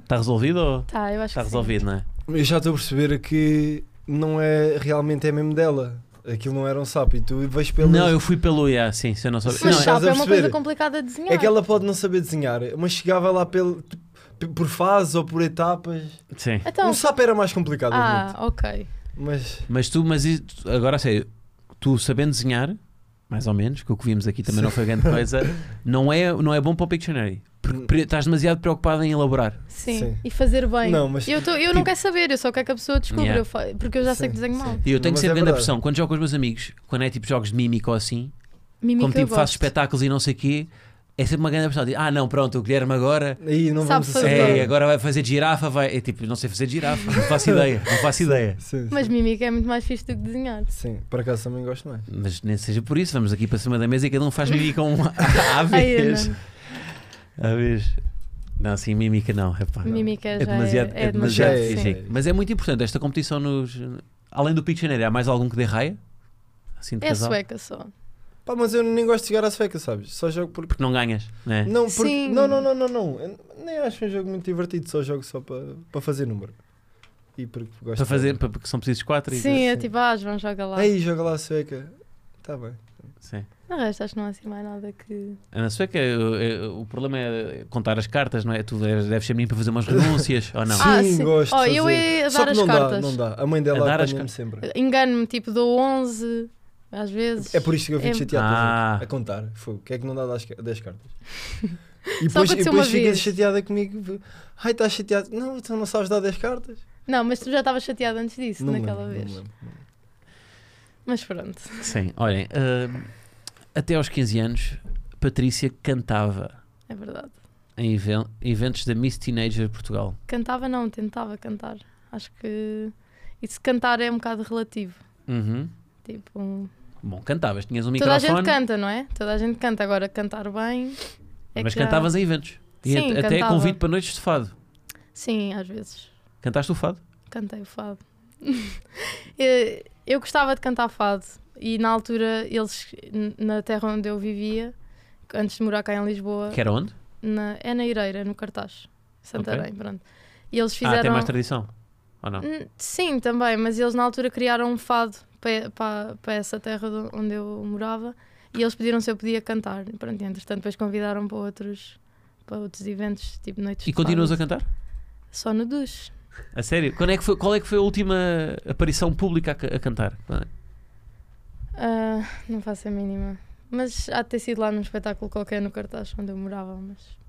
A: Está resolvido ou
C: Tá, eu acho
A: está
C: que sim.
A: resolvido, não é?
B: Eu já estou a perceber que não é realmente é mesmo dela. Aquilo não era um sapo. E tu vejo pelo.
A: Não, eu fui pelo IA, sim, se eu não soube.
B: Sim,
A: Não,
C: Mas
B: estás
C: sapo
B: a
C: é uma coisa
B: perceber?
C: complicada de desenhar.
B: É que ela pode não saber desenhar, mas chegava lá pelo, p- por fases ou por etapas.
A: é, sim.
C: Então,
B: um sapo era mais complicado,
C: ah, ok.
B: muito. Mas.
A: Mas tu, mas isso- agora a sério, tu sabendo desenhar, mais ou menos, que o que vimos aqui também não foi grande coisa, não é, não é bom para o Pictionary. Porque pre- estás demasiado preocupado em elaborar.
C: Sim.
B: Sim.
C: E fazer bem.
B: Não, mas. tipo
C: Eu, tô- eu não quero saber, eu só quero que a pessoa descubra,
A: Yeah.
C: eu fa- porque eu já sei
B: Sim,
C: que desenho mal.
A: E eu
B: Não,
A: tenho
B: mas
A: sempre grande
B: é
A: a
B: verdade.
A: pressão. Quando jogo com os meus amigos, quando é tipo jogos de mímica ou assim,
C: Mímica
A: como
C: eu
A: tipo
C: gosto.
A: faço espetáculos e não sei o quê, é sempre uma grande pressão. Digo, ah, não, pronto, o Guilherme agora.
B: Aí não
C: Sabe
B: vamos
C: fazer.
B: acertar.
A: É, agora vai fazer de girafa, vai. É tipo, não sei fazer de girafa, não faço ideia, não faço ideia.
B: Sim, sim.
C: Mas mímica é muito mais fixe do que desenhar.
B: Sim, por acaso também gosto mais.
A: Mas nem seja por isso, vamos aqui para cima da mesa e cada um faz mímica um à
C: Ai, eu
A: vez. À vez. Não, sim, mímica não, repá.
C: Mímica
A: É
C: já
A: demasiado, é demasiado
B: demasiado,
C: sim.
A: físico. Mas é muito importante esta competição nos. Além do Pictionary, há mais algum que derraia? Assim de
C: É
A: casal?
C: sueca só.
B: Pá, mas eu nem gosto de jogar às fecas, sabes? Só jogo por.
A: Porque não ganhas, né?
B: Não, porque...
C: Sim.
B: não, não, não, não, não. Eu Nem acho um jogo muito divertido, só jogo só para para fazer número. E porque gosto
A: Para fazer,
B: de-
A: para, porque são precisos quatro. e-
C: Sim, é
B: sim.
C: tipo, ah, João, joga lá.
B: Ei, joga lá a sueca. Tá bem.
A: Sim.
C: Na resto, acho que não há assim mais nada que.
A: Na sueca, é- é- o problema é contar as cartas, não é? Tu deves deves ser menino para fazer umas renúncias, ou não?
C: Ah, sim.
B: gosto. de
C: Oh, eu
B: fazer.
C: ia
B: Só
C: dar
B: que
C: as
B: não Dá,
C: cartas.
B: não dá. A mãe
A: A
B: dela
A: É dar as
B: apanha-me sempre.
C: Engano-me, tipo, dou 11 às vezes.
B: É por isto que eu fico
C: É-
B: chateado
A: Ah.
B: estás a ver? a contar. Foi. O que é que não dá 10 cartas? E
C: Só
B: depois, e
C: aconteceu uma
B: depois ficas
C: vez.
B: chateada comigo. Ai, estás chateado. Não, tu não sabes dar 10 cartas.
C: Não, mas tu já estavas chateado antes disso,
B: Não me
C: naquela
B: lembro, não
C: vez.
B: me lembro.
C: Mas pronto.
A: Sim, olhem, hum, até aos 15 anos, Patrícia cantava
C: É verdade.
A: em even- eventos da Miss Teenager Portugal.
C: Cantava, não, tentava cantar. Acho que. Isso cantar é um bocado relativo.
A: Uhum.
C: Tipo. um-
A: Bom, cantavas, tinhas um
C: Toda a
A: microfone,
C: gente canta, não é? Toda a gente canta. Agora, cantar bem. é
A: mas
C: que já-
A: cantavas em eventos. E
C: Sim,
A: at- até
C: cantava.
A: convite para noites de fado.
C: Sim, às vezes.
A: Cantaste o fado?
C: Cantei o fado. Eh, eu gostava de cantar fado e na altura eles, n- na terra onde eu vivia, antes de morar cá em Lisboa,
A: Que era onde? Ah,
C: na- é na Ireira, no Cartaz, Santarém, pronto. E eles
A: Ah,
C: fizeram...
A: tem mais tradição. Ou não?
C: Hum, Sim, também, mas eles na altura criaram um fado para, para, para essa terra de onde eu morava e eles pediram se eu podia cantar. E Pronto, e entretanto depois convidaram para outros, para outros eventos, tipo noites
A: E
C: de fado.
A: continuas a cantar?
C: Só no duche.
A: A sério? Quando é que foi, qual é que foi a última aparição pública a, ca- a cantar?
C: Então. Ah, não faço a mínima. Mas há de ter sido lá num espetáculo qualquer no cartaz onde eu morava, mas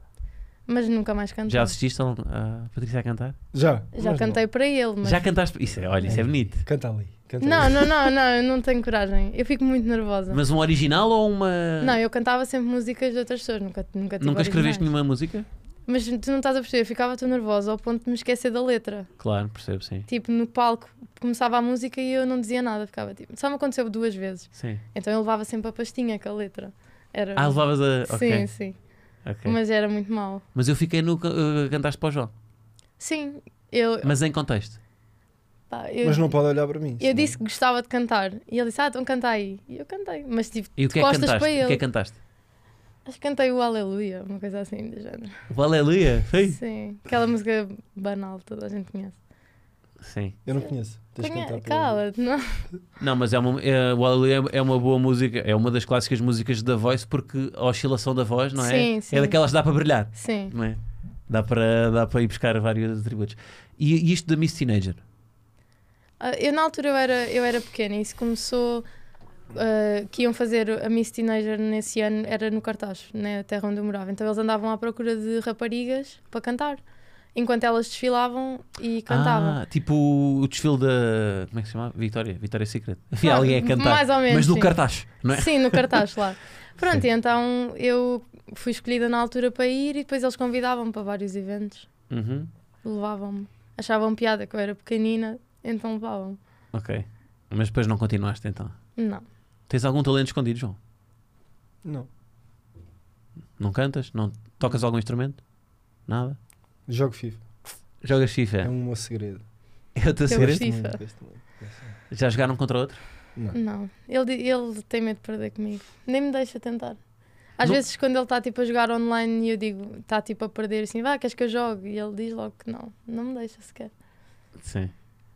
C: Mas nunca mais cantei.
A: Já assististe a, a Patrícia a cantar?
B: Já.
C: Já
B: mas
C: cantei para ele, mas.
A: Já cantaste? Isso é, olha, isso é bonito.
B: Não. Canta ali. Canta
C: Não,
B: ali.
C: não, não, não, eu não tenho coragem. Eu fico muito nervosa.
A: Mas um original ou uma.
C: Não, eu cantava sempre músicas de outras pessoas, nunca, nunca tive
A: Nunca escreveste
C: originais.
A: nenhuma música?
C: Mas tu não estás a perceber, eu ficava tão nervosa ao ponto de me esquecer da letra.
A: Claro, percebo, sim.
C: Tipo, no palco começava a música e eu não dizia nada, ficava tipo. Só me aconteceu duas vezes.
A: sim.
C: Então eu levava sempre a pastinha com a letra. Era...
A: Ah, levavas a. Ok.
C: Sim, sim.
A: ok. Mas...
C: Mas era muito mau.
A: eu fiquei no. ca- eh, cantaste para o João.
C: Sim, eu.
A: Mas em contexto.
C: pá, eu-
B: Mas não é? pode olhar para mim.
C: Eu
B: senão-
C: disse que gostava de cantar e ele disse: Ah, então canta aí. E eu cantei, mas tipo,
A: E o que é que
C: costas
A: cantaste?
C: para
A: O que
C: ele.
A: é que cantaste?
C: acho que cantei o Aleluia, uma coisa assim do género.
A: O Aleluia! Sim.
C: Sim, aquela música banal, toda a gente conhece.
A: Sim.
B: Eu não conheço. Tens de
C: Conhe-
B: cantar para eu-
C: Cala-te, não?
A: Não, mas é uma, é- o Aleluia é uma boa música. É uma das clássicas músicas da voz porque a oscilação da voz, não é?
C: Sim, sim.
A: É daquelas que dá para brilhar.
C: Sim.
A: Não é? Dá para, dá para ir buscar vários atributos. E, e isto da Miss Teenager?
C: Ah, Eu, na altura, eu era, eu era pequena e isso começou. ah, que iam fazer a Miss Teenager nesse ano era no Cartaz, na terra onde eu morava. Então eles andavam à procura de raparigas para cantar, enquanto elas desfilavam e cantavam.
A: Ah, tipo o desfile da. Como é que se chama? Vitória. Vitória Secret. Havia alguém a cantar.
C: Ah, Mais ou menos,
A: mas no
C: sim.
A: cartaz, não é?
C: Sim, no cartaz lá. Pronto, e então eu fui escolhida na altura para ir e depois eles convidavam-me para vários eventos.
A: Uhum.
C: Levavam-me. Achavam piada que eu era pequenina, então levavam-me.
A: Ok. Mas depois não continuaste então.
C: Não.
A: Tens algum talento escondido, João?
B: Não.
A: Não cantas? Não tocas algum instrumento? Nada?
B: Jogo FIFA.
A: Jogas
B: É
A: FIFA?
B: um meu segredo.
A: É o teu
C: Eu
A: segredo?
C: gostei.
B: Gosto
C: FIFA. Hum.
B: muito deste nome.
A: Já jogaram contra outro?
B: Não.
C: Não. Ele, di- ele tem medo de perder comigo. Nem me deixa tentar. Às
A: Não-
C: vezes quando ele está tipo a jogar online e eu digo, está tipo a perder assim, vá, queres que eu jogue? E ele diz logo que não, não me deixa sequer.
A: Sim.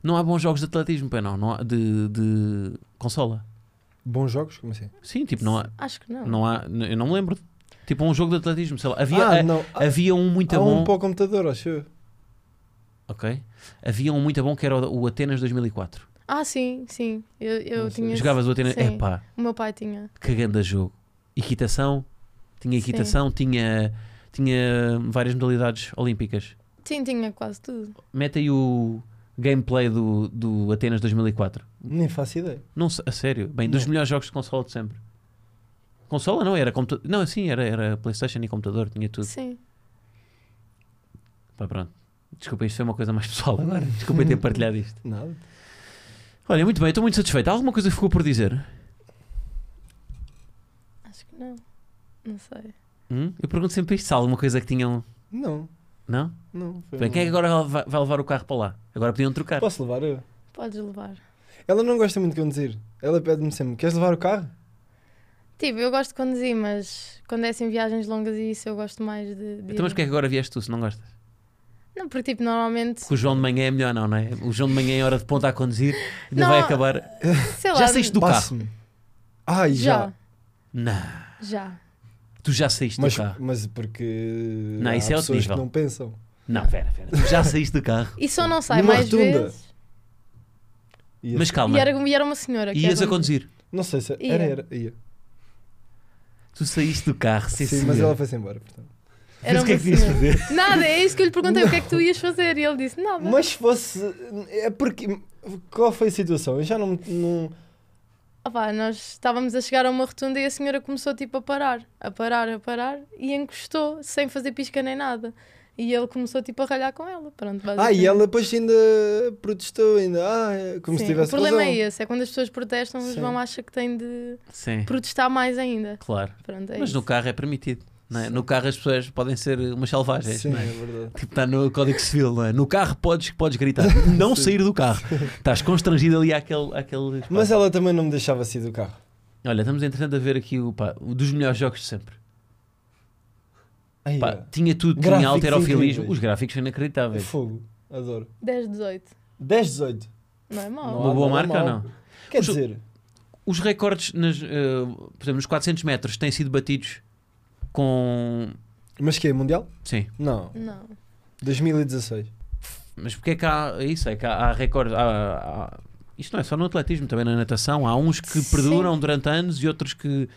A: Não há bons jogos de atletismo, pai, não. não há de, de consola.
B: Bons jogos? Como assim?
A: Sim, tipo, não há.
C: Acho que não.
A: Não há eu não me lembro. Tipo, um jogo de atletismo, sei lá. Havia,
B: ah,
A: a-
B: não. Há,
A: havia um muito
B: há
A: bom.
B: um para o computador, acho eu.
A: Ok. Havia um muito bom que era o, o Atenas 2004.
C: Ah, sim, sim. Eu, eu
B: Não sei.
C: tinha. esse-
A: Jogavas o Atenas.
C: sim.
A: Epá,
C: O meu pai tinha.
A: que grande jogo. Equitação, tinha
C: Sim.
A: equitação, tinha, tinha várias modalidades olímpicas.
C: Sim, tinha quase tudo.
A: Mete aí o gameplay do, do Atenas 2004.
B: Nem faço ideia.
A: Não, se- a sério, bem, dos
B: Não.
A: melhores jogos de consola de sempre. Consola não, era computador. Não, assim, era, era PlayStation e computador, tinha tudo.
C: Sim.
A: Pá, pronto. Desculpa, isto foi uma coisa mais pessoal agora. Desculpa eu ter partilhado isto.
B: Nada.
A: Olha, muito bem, estou muito satisfeito. Há alguma coisa que ficou por dizer?
C: Acho que não. Não sei.
A: Hum? Eu pergunto sempre isto, se há alguma coisa que tinham.
B: Não.
A: Não?
B: Não. foi
A: Bem,
B: um-
A: quem é que agora vai vai levar o carro para lá? Agora podiam trocar.
B: Posso levar eu?
C: Podes levar.
B: Ela não gosta muito de conduzir. Ela pede-me sempre: queres levar o carro?
C: Tipo, eu gosto de conduzir, mas quando é assim viagens longas e isso eu gosto mais de. de
A: Então, mas
C: ir.
A: porque é que agora vieste tu, se não gostas?
C: Não, porque tipo, normalmente.
A: Porque o João de manhã é melhor, não, não é? O João de manhã é hora de ponta a conduzir, ainda
C: Não.
A: vai acabar.
C: Sei lá.
A: Já saíste do carro?
B: Passe-me. Ai, já.
C: Já.
A: Não,
C: Já.
A: tu já saíste
B: Mas,
A: do carro.
B: mas porque.
A: Não,
B: há
A: isso é outro
B: pessoas
A: nível.
B: que não pensam.
A: Não, pera, pera, tu já saíste do carro.
C: E só não sai
B: Numa
C: mais
B: rotunda.
C: vezes.
B: E
A: Mas calma,
C: E era, e era uma senhora. que
A: ias
C: era
A: a
C: um-
A: conduzir.
B: Não sei se. é-
C: Ia.
B: Era, era. Ia.
A: Tu saíste do carro, sim,
B: Sim,
A: sim.
B: mas ela foi-se embora. portanto.
C: Era
A: o que é
C: uma
A: que devias
C: senhora.
A: fazer?
C: Nada, é isso que eu lhe perguntei. O que é que tu ias fazer? E ele disse: Nada.
B: Mas fosse. É porque. Qual foi a situação? Eu já não. não...
C: Opá, Ah, nós estávamos a chegar a uma rotunda e a senhora começou tipo a parar, a parar, a parar e encostou sem fazer pisca nem nada. E ele começou tipo a ralhar com ela. Pronto,
B: Ah, e
C: basicamente.
B: ela depois ainda protestou, ainda. Ah, como se
C: Sim,
B: tivesse
C: O problema
B: razão.
C: é esse: é quando as pessoas protestam, o
B: Sim.
C: João acha que tem de
A: Sim,
C: protestar mais ainda.
A: claro.
C: Pronto, é
A: mas
C: isso.
A: no carro é permitido. Não é?
B: Sim.
A: No carro as pessoas podem ser umas selvagens.
B: Sim,
A: não é?
B: é verdade.
A: Tipo, está no Código Civil, não é? No carro podes, podes gritar, não sair do carro. Estás constrangido ali àquele. àquele espaço.
B: Mas ela também não me deixava sair do carro.
A: Olha, estamos entretanto a ver aqui o, pá, um dos melhores jogos de sempre.
B: Ai,
A: Pá,
B: é.
A: tinha tudo, tinha
B: Gráficos
A: alterofilismo.
B: incríveis.
A: Os gráficos são
B: É
A: inacreditáveis.
B: fogo. Adoro.
C: 10, 18.
B: 10, 18.
C: Não é mau.
B: Não
A: Uma boa
B: há nada
A: marca ou
B: mal.
A: não?
B: Quer
A: Mas-
B: dizer,
A: Os recordes, nas, eh, por exemplo, nos 400 metros têm sido batidos com.
B: mas que é mundial?
A: Sim,
B: Não,
C: Não.
B: 2016.
A: mas porque é que há isso? É que há, há recordes. Há, há- Isto não é só no atletismo, também na natação. Há uns que
C: Sim.
A: perduram durante anos e outros que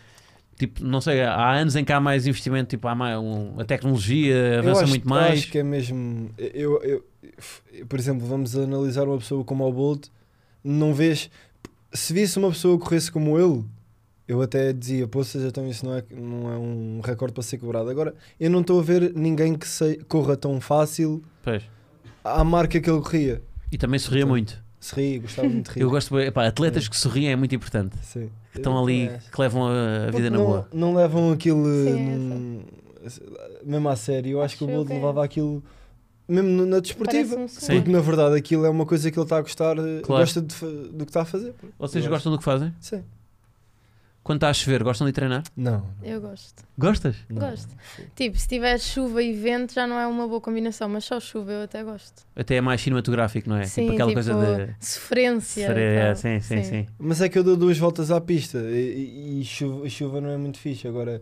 A: Tipo, não sei, há anos em que há mais investimento, tipo, há mais, um- a tecnologia
B: eu
A: avança
B: acho,
A: muito
B: eu
A: mais.
B: acho que é mesmo. Eu, eu- eu- por exemplo, vamos analisar uma pessoa como o Bolt. Não vês. Se visse uma pessoa que corresse como ele, eu até dizia, poças, então isso não é, não é um recorde para ser quebrado. Agora, eu não estou a ver ninguém que sei- corra tão fácil
A: Pois.
B: à marca que ele corria.
A: E também sorria
B: Sim.
A: muito.
B: Se ri, gostava muito de rir.
A: Eu gosto, epá, atletas que sorriem é muito importante.
B: Sim.
A: Que estão ali, que levam a, a vida na
B: não,
A: boa.
B: Não levam aquilo
C: Sim,
B: num- mesmo à sério. Eu acho,
C: Acho
B: que o
C: eu
B: Bolt
C: que é.
B: levava aquilo mesmo no- na desportiva.
C: Parece-me
A: Sim.
C: sim.
B: Porque na verdade aquilo é uma coisa que ele está a gostar, eh,
A: Claro.
B: gosta de fa- do que está a fazer.
A: Vocês
B: Eu acho-
A: gostam do que fazem?
B: Sim.
A: Quando está a chover, gostam de ir treinar?
B: Não.
C: Eu gosto.
A: Gostas?
B: não.
C: Gosto. Tipo, se tiver chuva e vento já não é uma boa combinação, mas só chuva eu até gosto.
A: Até é mais cinematográfico, não é? tipo aquela coisa de.
C: Sofrência.
A: Ser, é,
C: então.
A: sim, sim, sim.
B: Mas é que eu dou duas voltas à pista e, e- e chuva, chuva não é muito fixe. Agora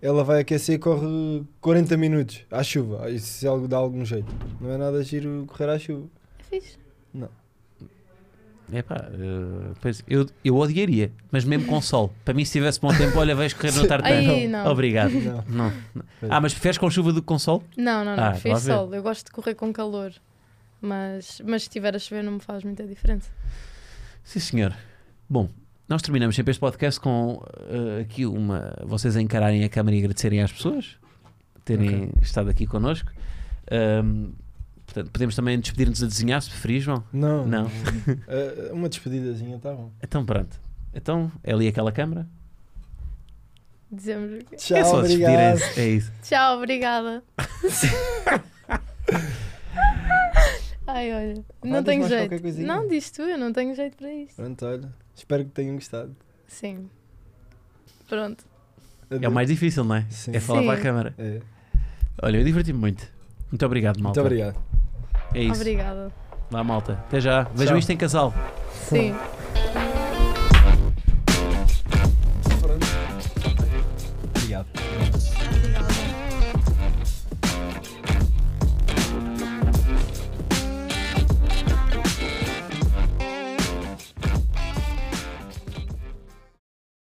B: ela vai aquecer e corre 40 minutos à chuva. Aí Se algo dá algum jeito. Não é nada giro correr à chuva.
C: É fixe.
A: É pá, eh, pois, eu, eu odiaria, mas mesmo com sol. Para mim, se tivesse bom tempo, olha, vais correr no tartan.
C: Aí não.
A: Obrigado.
B: Não.
A: Não. Ah, mas preferes com chuva do que com sol?
C: Não, não, não.
A: Ah,
C: prefiro
A: estava a ver.
C: sol. Eu gosto de correr com calor. Mas, mas se estiver a chover não me faz muita diferença.
A: Sim, senhor. Bom, nós terminamos sempre este podcast com eh, aqui uma. Vocês a encararem a câmara e agradecerem às pessoas terem estado aqui connosco. Ahm, portanto, podemos também despedir-nos a desenhar, se preferir, João.
B: Não.
A: Não.
B: Eh, uma despedidazinha, está bom.
A: Então, pronto. Então, é ali aquela câmara.
C: Dizemos
B: Tchau,
A: é só
B: obrigado.
A: despedirem-se. É isso.
C: tchau, obrigada. Ai, olha, não
B: diz
C: tenho
B: mais
C: jeito.
B: qualquer coisinha.
C: Não, diz tu, eu não tenho jeito para isto.
B: Pronto, olha. Espero que tenham gostado.
C: Sim. Pronto.
A: É o mais difícil, não é?
B: Sim.
A: É falar
C: Sim.
A: para a câmara.
B: É.
A: Olha, eu diverti-me muito. Muito obrigado,
B: Muito
A: malta.
B: obrigado.
A: É isso.
C: Obrigada.
A: Vá, malta. Até já. Vejam
B: Tchau.
A: isto em casal.
C: Sim.
B: Obrigado.
C: Obrigada.